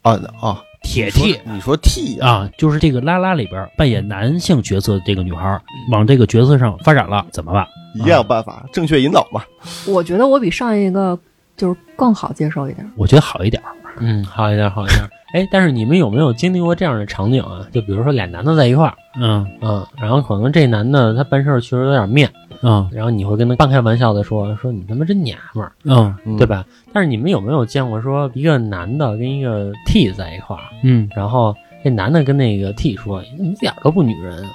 啊啊，铁 T 你说 T 啊，啊，就是这个拉拉里边扮演男性角色的这个女孩，往这个角色上发展了，怎么办？一样办法，正确引导嘛。我觉得我比上一个就是更好接受一点。我觉得好一点儿。嗯，好一点，好一点。 [LAUGHS] 哎，但是你们有没有经历过这样的场景啊？就比如说俩男的在一块儿，嗯嗯，然后可能这男的他办事儿确实有点面，嗯然后你会跟他半开玩笑的说说你他妈真娘们儿，嗯嗯对吧？但是你们有没有见过说一个男的跟一个 T 在一块儿，嗯，然后这男的跟那个 T 说你一点儿都不女人？啊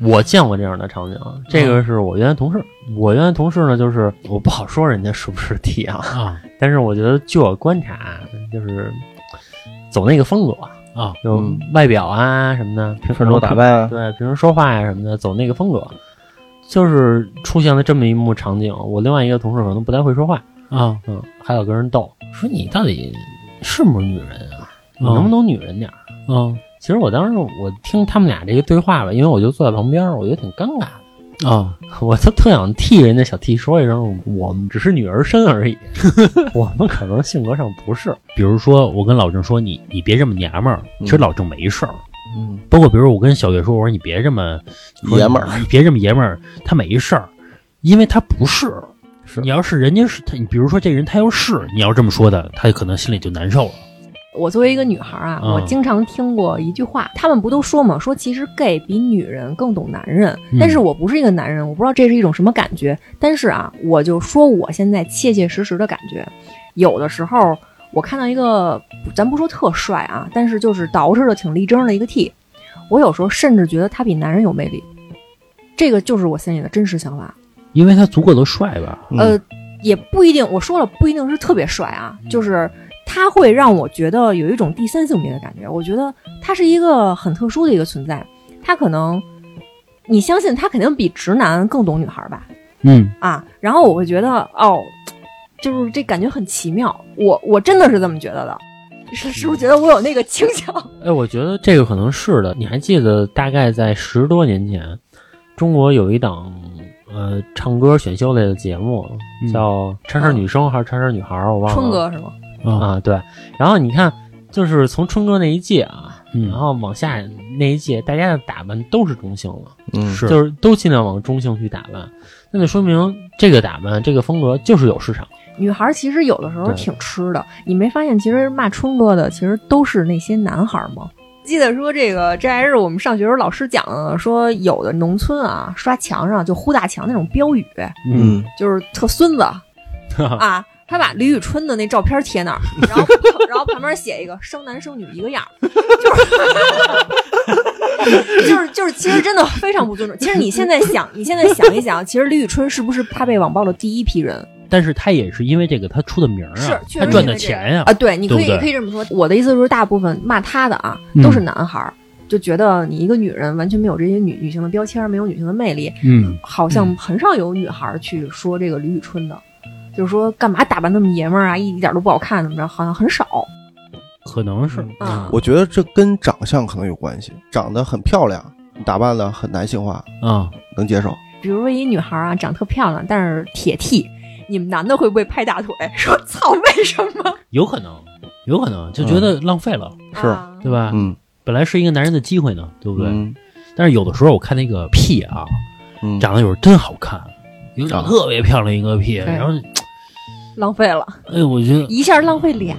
我见过这样的场景，啊嗯这个是我原来同事，我原来同事呢，就是我不好说人家是不是 T 啊， [LAUGHS] 啊但是我觉得，据我观察，就是走那个风格，啊，就嗯外表啊什么的，平时穿着嗯打，扮啊，对，平时说话呀、什么的，走那个风格，就是出现了这么一幕场景。我另外一个同事可能不太会说话，啊，嗯，还老跟人斗，说你到底是不是女人啊？你嗯能不能女人点儿？嗯其实我当时我听他们俩这个对话吧，因为我就坐在旁边，我觉得挺尴尬的。 [LAUGHS] 啊，我都特想替人家小 T 说一声，我们只是女儿身 [LAUGHS] 而已，我们可能性格上不是。比如说我跟老郑说你你别这么娘们儿，其实嗯老郑没事儿。嗯，包括比如我跟小月说，我说你别这么说爷们儿，你别这么爷们儿，他没事儿，因为他不是。是你要是人家是他，你比如说这人他要是你要这么说的，他可能心里就难受了。我作为一个女孩啊，嗯我经常听过一句话，他们不都说嘛，说其实 gay 比女人更懂男人嗯。但是我不是一个男人，我不知道这是一种什么感觉。但是啊，我就说我现在切切实实的感觉，有的时候我看到一个，咱不说特帅啊，但是就是捯饬的挺立正的一个 T，我有时候甚至觉得他比男人有魅力。这个就是我心里的真实想法。因为他足够的帅吧？嗯呃，也不一定，我说了不一定是特别帅啊，就是他会让我觉得有一种第三性别的感觉。我觉得他是一个很特殊的一个存在，他可能你相信他肯定比直男更懂女孩吧？嗯啊，然后我会觉得哦，就是这感觉很奇妙，我我真的是这么觉得的，是是不是觉得我有那个倾向？哎，我觉得这个可能是的。你还记得大概在十多年前，中国有一档呃唱歌选秀类的节目，嗯叫《叉叉女生》还是《叉叉女孩儿》，我忘了。春哥是吗？啊啊，对。然后你看，就是从春哥那一届啊，嗯然后往下那一届，大家的打扮都是中性了。嗯是就是都尽量往中性去打扮，那就说明这个打扮、这个风格就是有市场。女孩儿其实有的时候对挺吃的，你没发现其实骂春哥的其实都是那些男孩儿吗？记得说这个，这还是我们上学时候老师讲的，说有的农村啊，刷墙上就呼大墙那种标语，嗯就是特孙子啊。他把李宇春的那照片贴那儿，然后然后旁 [LAUGHS] 边写一个生男生女一个样儿，就是 [LAUGHS] 就是就是，其实真的非常不尊重。其实你现在想，你现在想一想，其实李宇春是不是他被网暴的第一批人？但是他也是因为这个他出的名儿是啊，，确他实赚因的为这个钱呀啊，对，你可以对不对可以这么说。我的意思就是，大部分骂他的啊嗯，都是男孩儿，就觉得你一个女人完全没有这些女女性的标签儿，没有女性的魅力，嗯好像很少有女孩儿去说这个李宇春的，就是说干嘛打扮那么爷们儿啊，一点都不好看，怎么着，好像很少可能是啊。我觉得这跟长相可能有关系，长得很漂亮，打扮的很男性化，啊，能接受。比如说一女孩儿啊，长特漂亮，但是铁 T，你们男的会不会拍大腿 [LAUGHS] 说操，为什么？有可能，有可能就觉得浪费了，是啊对吧？嗯，本来是一个男人的机会呢，对不对？嗯但是有的时候我看那个屁啊，嗯，长得有时候真好看，有长得特别漂亮一个屁，然后浪费了，哎呦，我觉得一下浪费俩，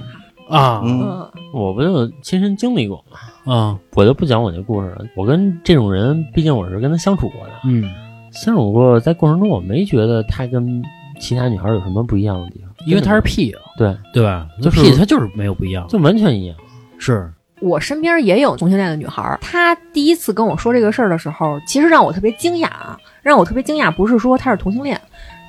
啊嗯嗯我不就亲身经历过吗？啊我就不讲我这故事了。我跟这种人，毕竟我是跟他相处过的，嗯，相处过，在过程中我没觉得他跟其他女孩有什么不一样的地方，因为他是屁啊，对，对吧？就是屁他就是没有不一样，就完全一样。是我身边也有同性恋的女孩儿，她第一次跟我说这个事儿的时候，其实让我特别惊讶啊，让我特别惊讶，不是说她是同性恋，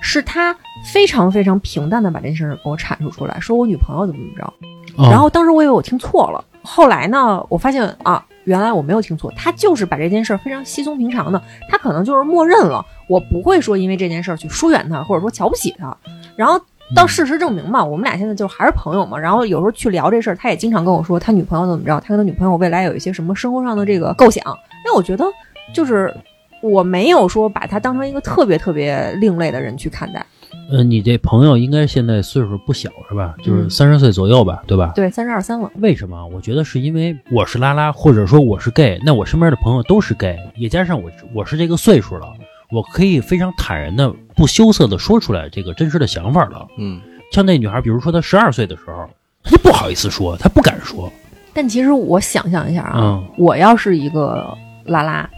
是她非常非常平淡的把这件事儿给我阐述出来，说我女朋友怎么怎么着，嗯然啊后当时我以为我听错了，后来呢，我发现啊，原来我没有听错，他就是把这件事儿非常稀松平常的，他可能就是默认了，我不会说因为这件事儿去疏远他，或者说瞧不起他。然后到事实证明嘛，我们俩现在就还是朋友嘛。然后有时候去聊这事儿，他也经常跟我说他女朋友怎么着，他跟他女朋友未来有一些什么生活上的这个构想。那我觉得就是我没有说把他当成一个特别特别另类的人去看待。呃，你这朋友应该现在岁数不小是吧？就是嗯三十岁左右吧，对吧？对，三十二三了，为什么？我觉得是因为我是拉拉，或者说我是 gay，那我身边的朋友都是 gay，也加上我我是这个岁数了，我可以非常坦然的、不羞涩的说出来这个真实的想法了。嗯，像那女孩，比如说她十二岁的时候，她就不好意思说，她不敢说。但其实我想象一下啊，嗯我要是一个拉拉，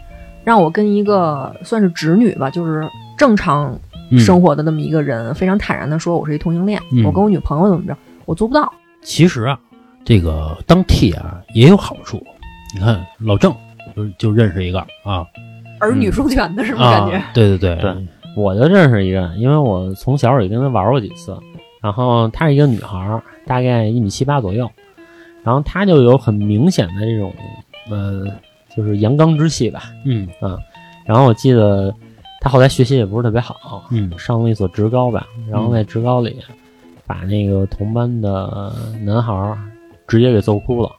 让我跟一个算是直女吧，就是正常嗯、生活的那么一个人，非常坦然的说我是一同性恋，嗯我跟我女朋友怎么着，我做不到。其实啊，这个当 T 啊也有好处。你看老郑就就认识一个啊儿女嗯双全的是吗？啊感觉、，对对对对我就认识一个，因为我从小也跟她玩过几次，然后她是一个女孩儿，大概一米七八左右，然后她就有很明显的这种呃，就是阳刚之气吧。嗯然后我记得她后来学习也不是特别好，嗯上了一所职高吧，然后在职高里把那个同班的男孩儿直接给揍哭了。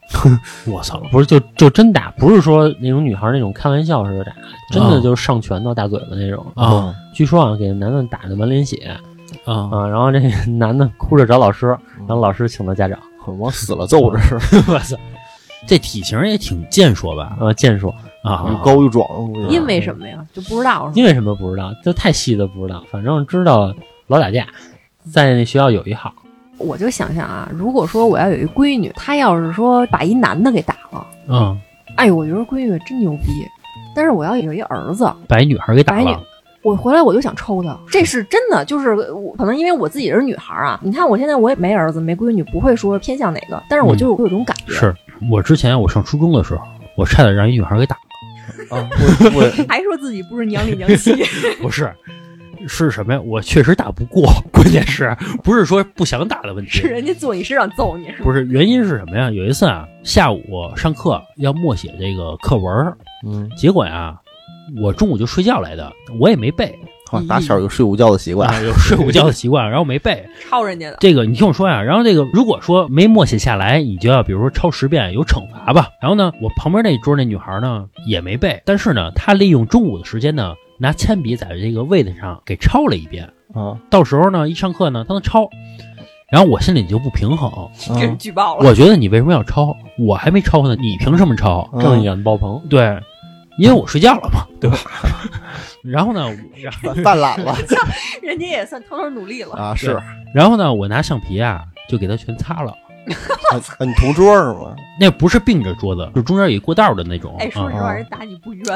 我操，不是就就真打，不是说那种女孩那种开玩笑似的打，真啊的就是上拳头、大嘴巴那种啊。据说啊，给男的打的满脸血啊啊， [LAUGHS] 然后这个男的哭着找老师，然后老师请的家长，往死了揍着是吧，我操， [LAUGHS] 这体型也挺健硕吧？呃，健硕，啊，又高又壮，因为什么呀？就不知道是因吗？为什么不知道，就太细的不知道，反正知道老打架，在那学校有一号，我就想想啊，如果说我要有一闺女，她要是说把一男的给打了，嗯，哎呦，我觉得闺女真牛逼。但是我要有一儿子，把一女孩给打把一女了。我回来我就想抽他，这是真的，就是我可能因为我自己是女孩儿啊，你看我现在我也没儿子没闺女，不会说偏向哪个，但是我嗯就是会有种感觉，是我之前我上初中的时候，我差点让一女孩 [LAUGHS] 给打了。啊？我我还说自己不是娘里娘 [LAUGHS] 气，不是，是什么呀？我确实打不过，关键是 [LAUGHS] 不是说不想打的问是题？人家坐你身上揍你，是吧？不是，原因是什么呀？有一次啊，下午上课要默写这个课文儿，嗯，结果呀、我中午就睡觉来的，我也没背，好，打小有睡午觉的习惯啊，，有睡午觉的习惯，然后没背，抄人家的，这个你听我说呀、然后这个如果说没默写下来，你就要比如说抄十遍有惩罚吧。然后呢，我旁边那桌那女孩呢也没背，但是呢，她利用中午的时间呢，拿铅笔在这个位子上给抄了一遍。啊，到时候呢，一上课呢，她能抄，然后我心里就不平衡，给人举报了。我觉得你为什么要抄？我还没抄呢，你凭什么抄？正义感爆棚，对，因为我睡觉了嘛，对吧？然后呢，然后犯犯懒了人家也算偷偷努力了，嗯啊，是对然后呢，我拿橡皮啊就给她全擦了。啊，啊你同桌是吗？那不是并着桌嗯子，就中间有一过道的那种。哎，说啊实话，人打你不冤，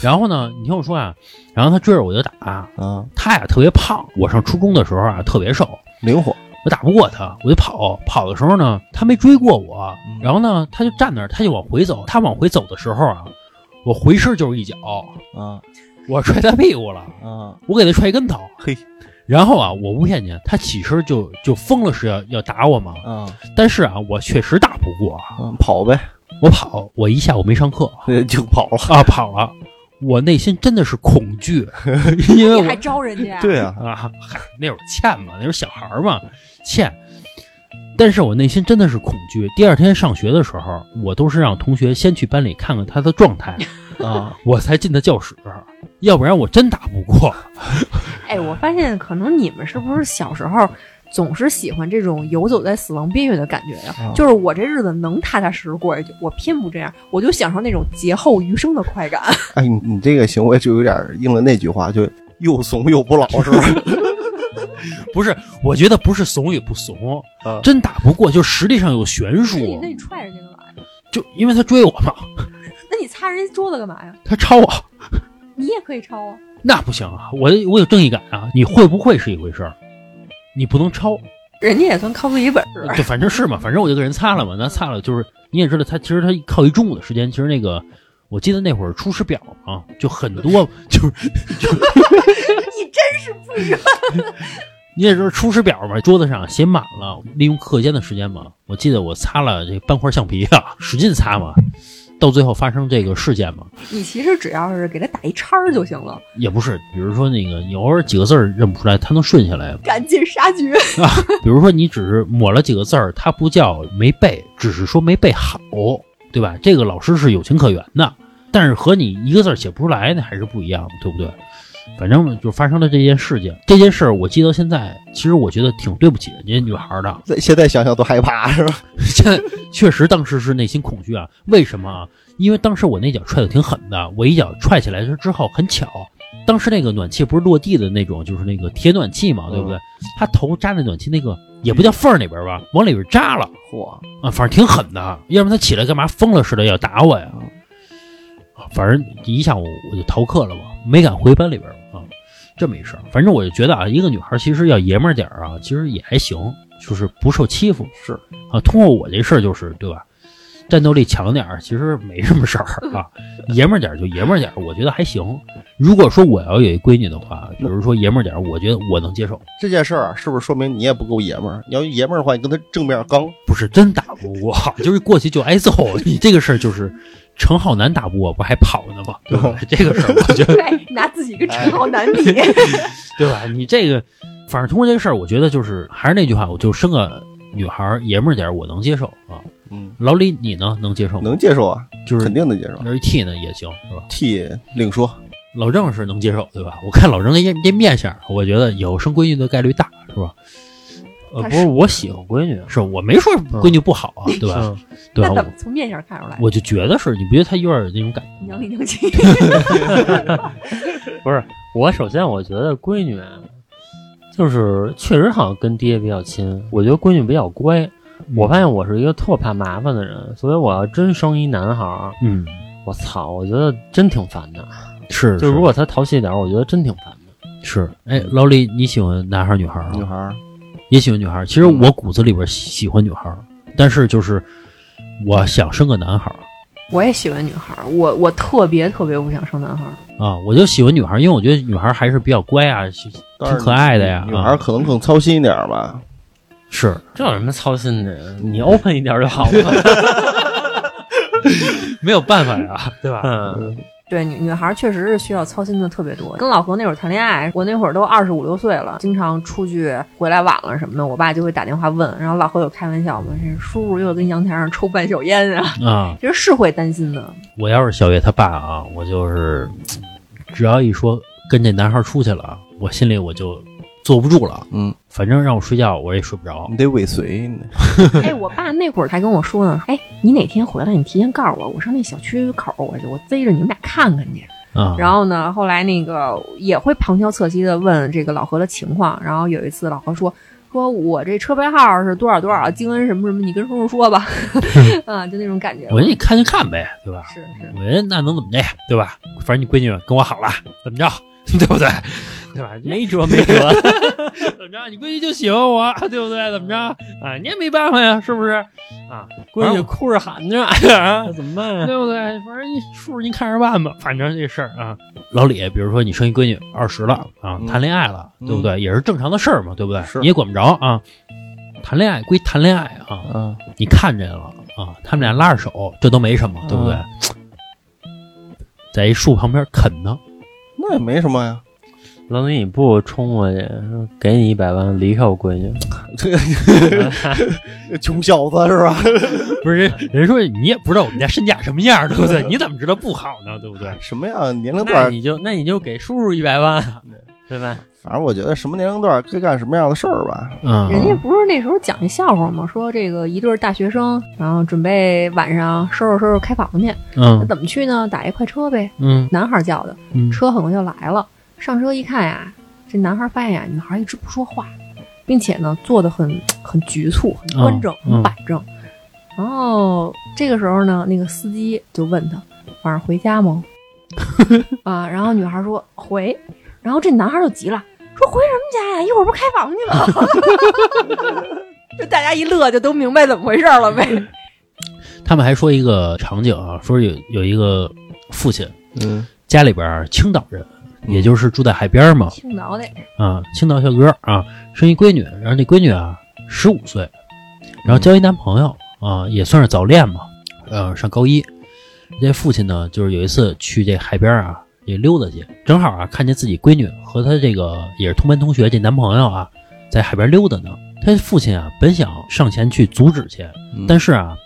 然后呢，你听我说啊，然后他追着我就打，啊，他呀特别胖，我上初中的时候啊特别瘦，灵活，我打不过他，我就跑，跑的时候呢，他没追过我嗯，然后呢，他就站那儿，他就往回走，他往回走的时候啊，我回身就是一脚，啊我踹他屁股了，啊，我给他踹一跟头，嘿然后啊，我不骗你，他起身就就疯了似的要打我嘛，啊，但是啊，我确实打不过，啊跑呗， [LAUGHS] 我跑，我一下午没上课，就跑 [LAUGHS] 了。啊跑了，我内心真的是恐惧，因为你我还招人家，对啊，啊，嗨，那会儿欠嘛，那会儿小孩儿嘛，欠。但是我内心真的是恐惧。第二天上学的时候，我都是让同学先去班里看看他的状态，啊，我才进的教室，要不然我真打不过。哎，我发现可能你们是不是小时候总是喜欢这种游走在死亡边缘的感觉呀、啊就是我这日子能踏踏实实过下去，我偏不这样，我就享受那种劫后余生的快感。哎，你你这个行为就有点应了那句话，就又怂又不老实。不是，我觉得不是怂与不怂，啊真打不过就实力上有悬那你殊那。你踹人家干嘛呀？就因为他追我嘛，那你擦人家桌子干嘛呀？他抄我，你也可以抄啊。那不行啊！我我有正义感啊！你会不会是一回事儿，你不能抄。人家也算靠自己本事，就反正是嘛，反正我就给人擦了嘛，那擦了就是你也知道，他其实他靠一中午的时间，其实那个我记得那会儿出师表啊，就很多就是 [LAUGHS] 你真是不冤。你也知道出师表嘛，桌子上写满了，利用课间的时间嘛，我记得我擦了这半块橡皮啊，使劲擦嘛，到最后发生这个事件嘛，你其实只要是给他打一叉儿就行了，也不是，比如说那个你偶尔几个字儿认不出来，他能顺下来， [LAUGHS] 赶尽杀绝。比如说你只是抹了几个字儿，它不叫没背，只是说没背好，对吧？这个老师是有情可原的，但是和你一个字儿写不出来那还是不一样，对不对？反正就发生了这件事情。这件事儿我记到现在，其实我觉得挺对不起人家女孩儿的。在现在想想都害怕是吧？现在确实当时是内心恐惧啊。为什么啊？因为当时我那脚踹的挺狠的，我一脚踹起来之后很巧，当时那个暖气不是落地的那种，就是那个铁暖气嘛，对不对？他头扎在暖气那个也不叫缝儿里边吧，往里边扎了嚯，啊，反正挺狠的。要不然他起来干嘛疯了似的要打我呀？啊反正一下午我就逃课了嘛，没敢回班里边儿啊。这么一事儿，反正我就觉得啊，一个女孩其实要爷们儿点儿啊，其实也还行，就是不受欺负。是啊，通过我这事儿就是对吧？战斗力强点儿，其实没什么事儿啊，爷们儿点儿就爷们儿点儿，我觉得还行。如果说我要有一闺女的话，比如说爷们儿点儿，我觉得我能接受。这件事儿啊，是不是说明你也不够爷们儿？你要爷们儿的话，你跟他正面刚，不是真打不过， [LAUGHS] 就是过去就挨 [LAUGHS] 揍。你这个事儿就是陈浩南打不过，不还跑呢 [LAUGHS] 吗？对吧？这个事 [LAUGHS] 儿我觉得对， [LAUGHS] 拿自己跟陈浩南 [LAUGHS] 比，对吧？你这个，反正通过这个事儿，我觉得就是还是那句话，我就生个女孩儿爷们儿点儿，我能接受啊。嗯，老李，你呢？能接受吗？能接受啊，就是肯定能接受。而 T 呢也行，是吧？ T 另说，老郑是能接受，对吧？我看老郑那这面相，我觉得以后生闺女的概率大，是吧？呃，他不是，是我喜欢闺女，啊是我没说闺女不好啊，对吧？嗯对那吧？怎我么从面相看出来？我就觉得是，你不觉得她有点那种感觉娘吗？里娘气，不是，我首先我觉得闺女啊就是确实好像跟爹比较亲，我觉得闺女比较乖。嗯我发现我是一个特怕麻烦的人，所以我要真生一男孩儿，嗯，我操，我觉得真挺烦的。是，就如果他淘气一点儿，我觉得真挺烦的。是是哎，老李，你喜欢男孩儿女孩儿啊？女孩儿也喜欢女孩儿。其实我骨子里边喜喜欢女孩儿，但是就是我想生个男孩儿 [LAUGHS] 我也喜欢女孩儿，我我特别特别不想生男孩儿。啊，我就喜欢女孩儿，因为我觉得女孩儿还是比较乖啊，是当然挺可爱的呀女孩儿可能更操心一点儿吧。是这有什么操心的？你 open 一点儿就好了。没有办法呀，对吧？嗯，对女女孩儿确实是需要操心的特别多。跟老何那会儿谈恋爱，我那会儿都二十五六岁了，经常出去回来晚了什么的，我爸就会打电话问。然后老何有开玩笑嘛，这叔叔又跟阳台上抽半宿烟啊，啊，其实是会担心 [LAUGHS] 的。我要是小月他爸啊，我就是嗯只要一说跟这男孩出去了啊，我心里我就坐不住了。嗯，反正让我睡觉我也睡不着啊你。得尾随，哎，我爸那会儿还跟我说呢，哎，你哪天回来，你提前告诉我，我上那小区口，我就我逮着你们俩看看去。啊，然后呢，后来那个也会旁敲侧击的问这个老何的情况。然后有一次，老何说：“说我这车牌号是多少多少，经恩什么什么，你跟叔叔说 [LAUGHS] 吧。”啊，就那种感觉。我说你看就看呗，对吧？是是，我说那能怎么的，对吧？反正你闺女跟我好了，怎么着， [LAUGHS] 对不对？对吧？[LAUGHS] 没辙没辙。怎么着？你闺女就喜欢我，对不对？怎么着？啊，你也没办法呀，是不是？啊，闺女反正哭着喊着，啊怎么办 [LAUGHS] 我呀？对不对？反正你叔叔您看着办 [LAUGHS] 吧，反正这事儿啊。老李，比如说你生一闺女二十了啊，嗯谈恋爱了，对不对？也是正常的事儿嘛，对不对？是你也管不着啊。谈恋爱归谈恋爱啊，嗯，你看见了啊，他们俩拉着手，这都没什么，对不对？嗯在一树旁边啃呢，那也没什么呀。老李，你不冲过去，说给你一百万，离开我闺女？这个穷小子是吧？ [LAUGHS] 不是人人说你也不知道我们家身价什么样，对不对？ [LAUGHS] 你怎么知道不好呢？对不对？什么呀？年龄那段，你就那你就给叔叔一百万，对吧？反正我觉得什么年龄段该干什么样的事儿吧。嗯人家不是那时候讲那笑话吗？说这个一对儿大学生，然后准备晚上收拾收拾开房去，那嗯怎么去呢？打一快车呗，嗯男孩儿叫的。嗯车很快就来了。上车一看呀，这男孩发现呀，女孩一直不说话，并且呢坐得很很局促、很端正、嗯嗯很板正。然后这个时候呢，那个司机就问他晚上回家 [LAUGHS] 吗？啊，然后女孩说回，然后这男孩就急了，说回什么家呀？一会儿不是开房去吗？ [LAUGHS] 就大家一乐，就都明白怎么回事了呗。嗯 [LAUGHS] 他们还说一个场景啊，说有有一个父亲嗯，家里边儿青岛人，嗯也就是住在海边儿嘛，青岛得啊，青岛小哥啊，生一闺女，然后那闺女啊十五岁，然后交一男朋友啊，也算是早恋嘛，呃，上高一。这父亲呢，就是有一次去这海边儿啊，也溜达去，正好啊看见自己闺女和她这个也是同班同学这男朋友啊，嗯在海边溜达呢。他父亲啊，本想上前去阻止去，但是是啊，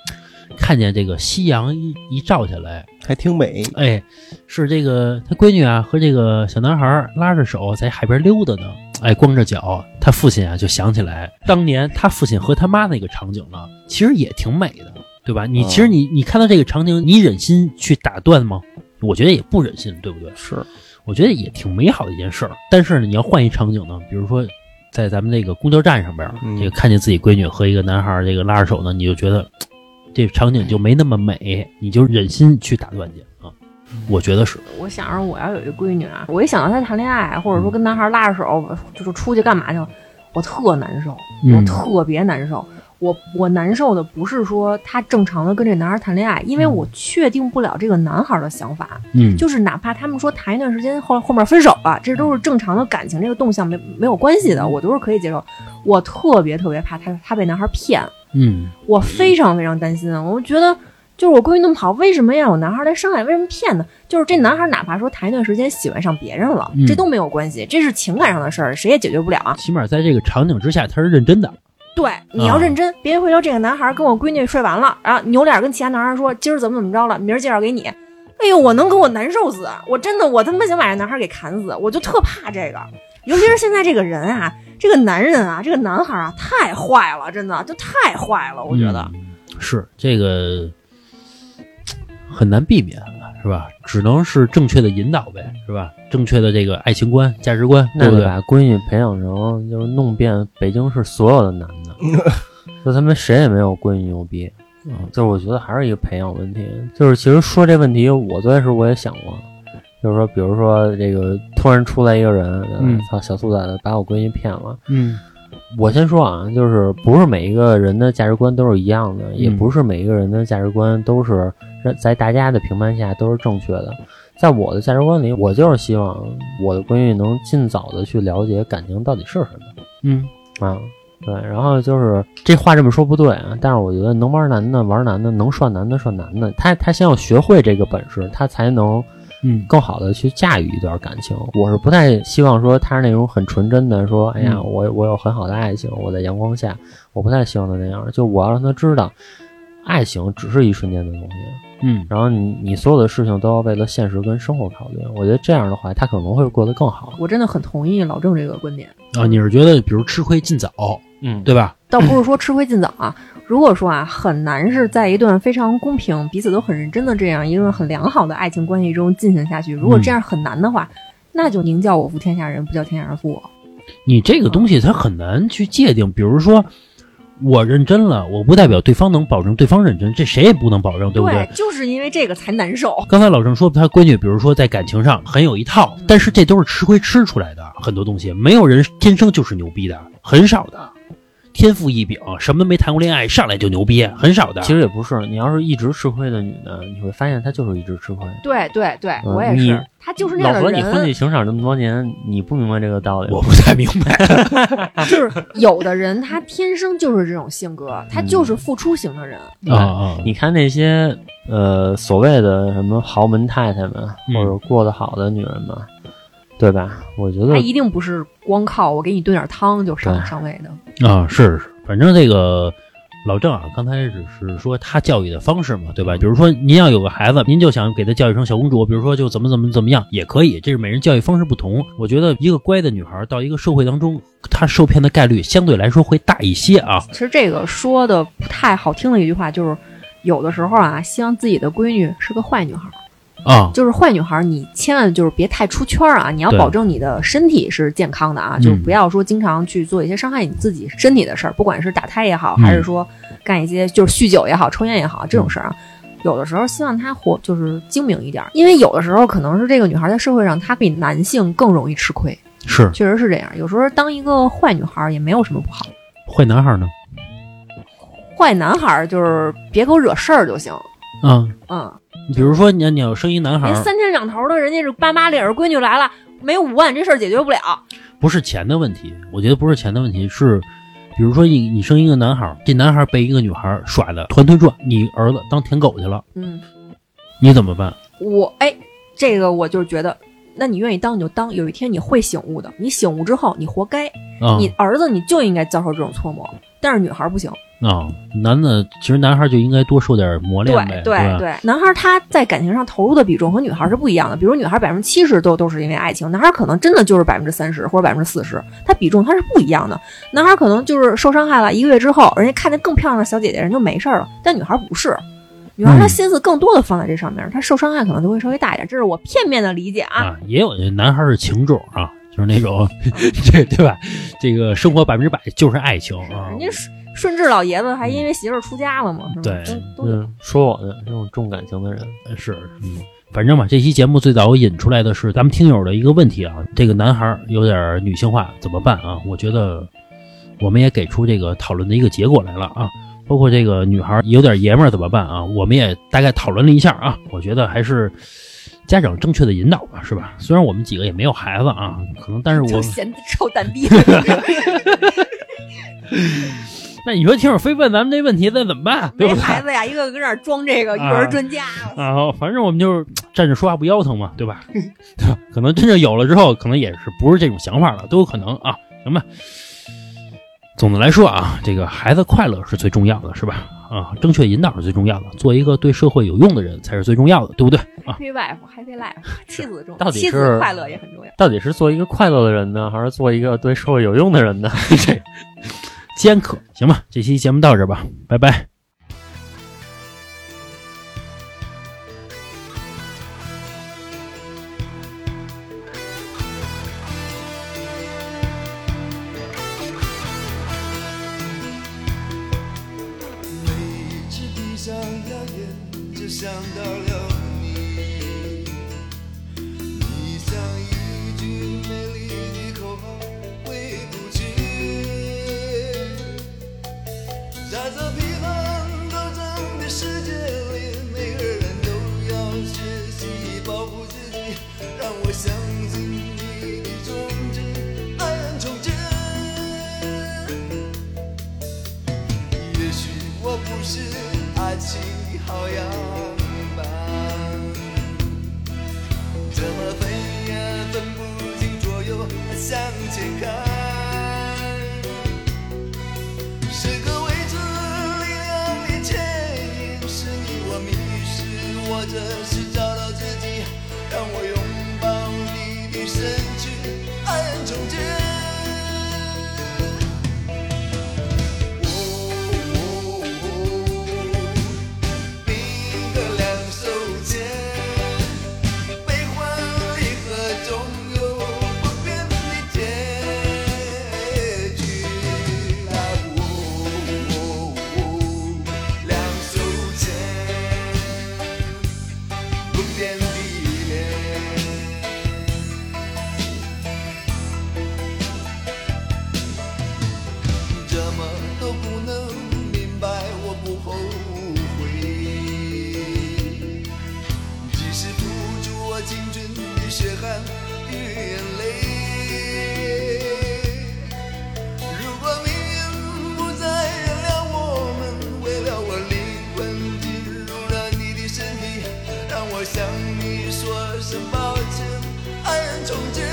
看见这个夕阳一一照下来，还挺美。哎，是这个他闺女啊和这个小男孩儿拉着手在海边溜达呢，哎，光着脚。他父亲啊就想起来当年他父亲和他妈那个场景了，其实也挺美的，对吧？你嗯其实你你看到这个场景，你忍心去打断吗？我觉得也不忍心，对不对？是，我觉得也挺美好的一件事儿。但是呢，你要换一场景呢，比如说在咱们这个公交站上边儿，嗯这个看见自己闺女和一个男孩儿这个拉着手呢，你就觉得嘖这场景就没那么美，你就忍心去打断去啊。我觉得是，我想着我要有一闺女啊，我一想到她谈恋爱，或者说跟男孩拉着手，我就是出去干嘛去了，我特难受，我嗯特别难受。我我难受的不是说她正常的跟这男孩谈恋爱，因为我确定不了这个男孩的想法，嗯，就是哪怕他们说谈一段时间后后面分手了，这都是正常的感情，这个动向没没有关系的，我都是可以接受。我特别特别怕她她被男孩骗，嗯我非常非常担心，啊我觉得就是我闺女那么好，为什么要有男孩来伤害？为什么骗呢？就是这男孩哪怕说谈一段时间喜欢上别人了，嗯这都没有关系，这是情感上的事儿，谁也解决不了啊。起码在这个场景之下，他是认真的。对，你要啊认真，别回头这个男孩跟我闺女睡完了，然后扭脸跟其他男孩说今儿怎么怎么着了，明儿介绍给你。哎呦，我能给我难受死！啊我真的，我他妈想把这男孩给砍死，我就特怕这个，尤其是现在这个人啊，这个男人啊，这个男孩啊，太坏了，真的就太坏了，我觉得。嗯是这个很难避免，啊是吧？只能是正确的引导呗，是吧？正确的这个爱情观、价值观，对那不得对？把闺女培养成就是弄遍北京市所有的男 [LAUGHS] 的，就他们谁也没有闺女牛逼。嗯就是我觉得还是一个培养问题。就是其实说这问题，我最开始我也想过，就是说，比如说这个突然出来一个人，嗯操、小兔崽子把我闺女骗了。嗯我先说啊，就是不是每一个人的价值观都是一样的，也不是每一个人的价值观都是在大家的评判下都是正确的。在我的价值观里，我就是希望我的闺女能尽早的去了解感情到底是什嗯么啊。对，然后就是这话这么说不对啊，但是我觉得能玩男的玩男的，能涮男的涮男的，他他先要学会这个本事，他才能嗯更好的去驾驭一段感情。我是不太希望说他是那种很纯真的，说哎呀，嗯我我有很好的爱情，我在阳光下，我不太希望他那样。就我要让他知道，爱情只是一瞬间的东西，嗯然后你你所有的事情都要为了现实跟生活考虑。我觉得这样的话，他可能会过得更好。我真的很同意老郑这个观点，啊，你是觉得比如吃亏尽早，嗯，对吧？倒不是说吃亏尽早啊。如果说啊，很难是在一段非常公平、彼此都很认真的这样一段很良好的爱情关系中进行下去。如果这样很难的嗯话，那就宁叫我负天下人，不叫天下人负我。你这个东西它很难去界定。比如说，我认真了，我不代表对方能保证对方认真，这谁也不能保证，对不对？就是因为这个才难受。刚才老郑说他闺女，比如说在感情上很有一套，但是这都是吃亏吃出来的，很多东西没有人天生就是牛逼的，很少的，天赋异禀，什么都没谈过恋爱上来就牛逼，很少的。啊其实也不是，你要是一直吃亏的女的，你会发现她就是一直吃亏。对对对，嗯我也你是，他就是那老样何，的你婚人女。情场这么多年，你不明白这个道理吗。我不太明白，就是有的人他天生就是这种性格，他嗯就是付出型的人。啊啊，你看那些呃所谓的什么豪门太太们，嗯或者过得好的女人们，对吧？我觉他得一定不是光靠我给你炖点汤就上嗯对上位的。啊，是是，反正这个老郑啊，刚才只是说他教育的方式嘛，对吧？比如说您要有个孩子，您就想给他教育成小公主，比如说就怎么怎么怎么样也可以，这是每人教育方式不同。我觉得一个乖的女孩到一个社会当中，她受骗的概率相对来说会大一些啊。其实这个说的不太好听的一句话就是，有的时候啊，希望自己的闺女是个坏女孩儿，啊，就是坏女孩儿，你千万就是别太出圈儿啊！你要对保证你的身体是健康的啊，就是不要说经常去做一些伤害你自己身体的事儿，不管是打胎也好，还是说干一些就是酗酒也好、抽烟也好这种事儿啊。有的时候希望她活就是精明一点儿，因为有的时候可能是这个女孩儿在社会上她比男性更容易吃亏，是确实是这样。有时候当一个坏女孩儿也没有什么不好。坏男孩呢？坏男孩儿就是别给我惹事儿就行。啊，嗯，比如说你你要生一男孩人儿，哎三天两头的，人家是爸妈领着闺女来了，没五万这事儿解决不了。不是钱的问题，我觉得不是钱的问题，是比如说你你生一个男孩儿，这男孩儿被一个女孩儿耍的团团转，你儿子当舔狗去了，嗯，你怎么办？我哎，这个我就是觉得，那你愿意当你就当，有一天你会醒悟的。你醒悟之后，你活该，啊，你儿子你就应该遭受这种搓磨。但是女孩儿不行，啊、男的其实男孩就应该多受点磨练呗，对吧？对，男孩儿他在感情上投入的比重和女孩儿是不一样的。比如女孩百分之七十都都是因为爱情，男孩儿可能真的就是百分之三十或者百分之四十，他比重他是不一样的。男孩儿可能就是受伤害了一个月之后，人家看见更漂亮的小姐姐，人就没事儿了，但女孩儿不是。女孩儿她嗯心思更多的放在这上面，她受伤害可能就会稍微大一点，这是我片面的理解啊。啊，也有男孩是情种啊，就是那种 [LAUGHS] 这对吧？这个生活百分之百就是爱情啊嗯人，家顺顺治老爷子还因为媳妇儿出家了嘛，是吧？对都都有嗯，说我呢，这种重感情的人，是嗯。反正吧，这期节目最早引出来的是咱们听友的一个问题啊，这个男孩有点女性化怎么办啊？我觉得我们也给出这个讨论的一个结果来了啊，包括这个女孩有点爷们儿怎么办啊？我们也大概讨论了一下啊，我觉得还是家长正确的引导吧，是吧？虽然我们几个也没有孩子啊，可能但是就我闲的臭蛋逼。 [LAUGHS] 那你说听友非问咱们这问题，那怎么办？对没不对？孩子呀，一个个跟那儿装这个育儿专家， [LAUGHS] 啊，反正我们就是站着说话不腰疼嘛，对吧？ [LAUGHS] 对吧？可能真正有了之后，可能也是不是这种想法了，都有可能啊。行吧。总的来说啊，这个孩子快乐是最重要的，是吧？啊，正确引导是最重要的，做一个对社会有用的人才是最重要的，对不对？ [LAUGHS] 啊， Happy wife, happy [LAUGHS] life，妻子重到要，底妻是子快乐也很重要。到底是做一个快乐的人呢，还是做一个对社会有用的人呢？ [LAUGHS] 这尖刻，行吧？这期节目到这儿吧，拜拜。每次闭上了眼，就想到了你。你像一句美丽的口号，挥不去。在这疲繁斗争的世界里，每个人都要学习保护自己，让我相信你的宗旨，爱恨从今。也许我不是爱情好样板，怎么分也分不清左右，还向前看。是个未知力量的牵引，是你我迷失，或者是找到自己，让我拥抱你的身躯，爱恨从今。你的两手牵，悲欢离合总有不变的结局。啊，两手牵，不变的脸。怎么都不能明白，我不后悔。即使付出我青春的血汗与眼泪，如果命运不再原谅我们，为了我灵魂进入了你的身体，让我向你说声抱歉，爱人从前。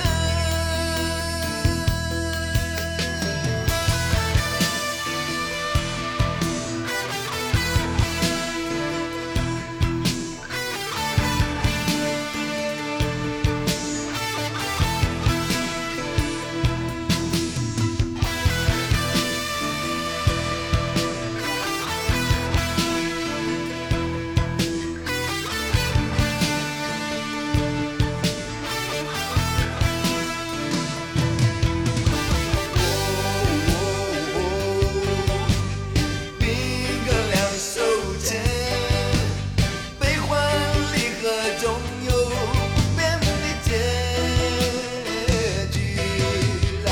你个两手牵，悲欢离合总有不变的结局。啊，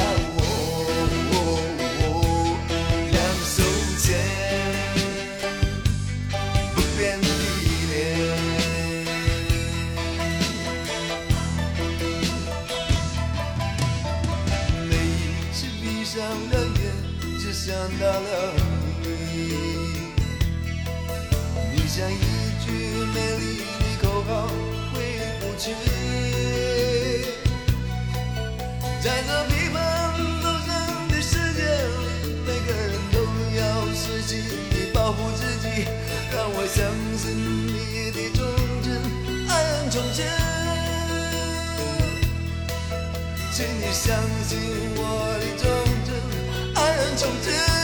两手牵，不变的脸。每一次闭上了眼，就想到了你。你像一句美丽的口号，挥不去。在这疲繁斗争的世界里，每个人都要学习让我相信你的忠贞，爱恨从前。请你相信我的忠贞，爱恨从前。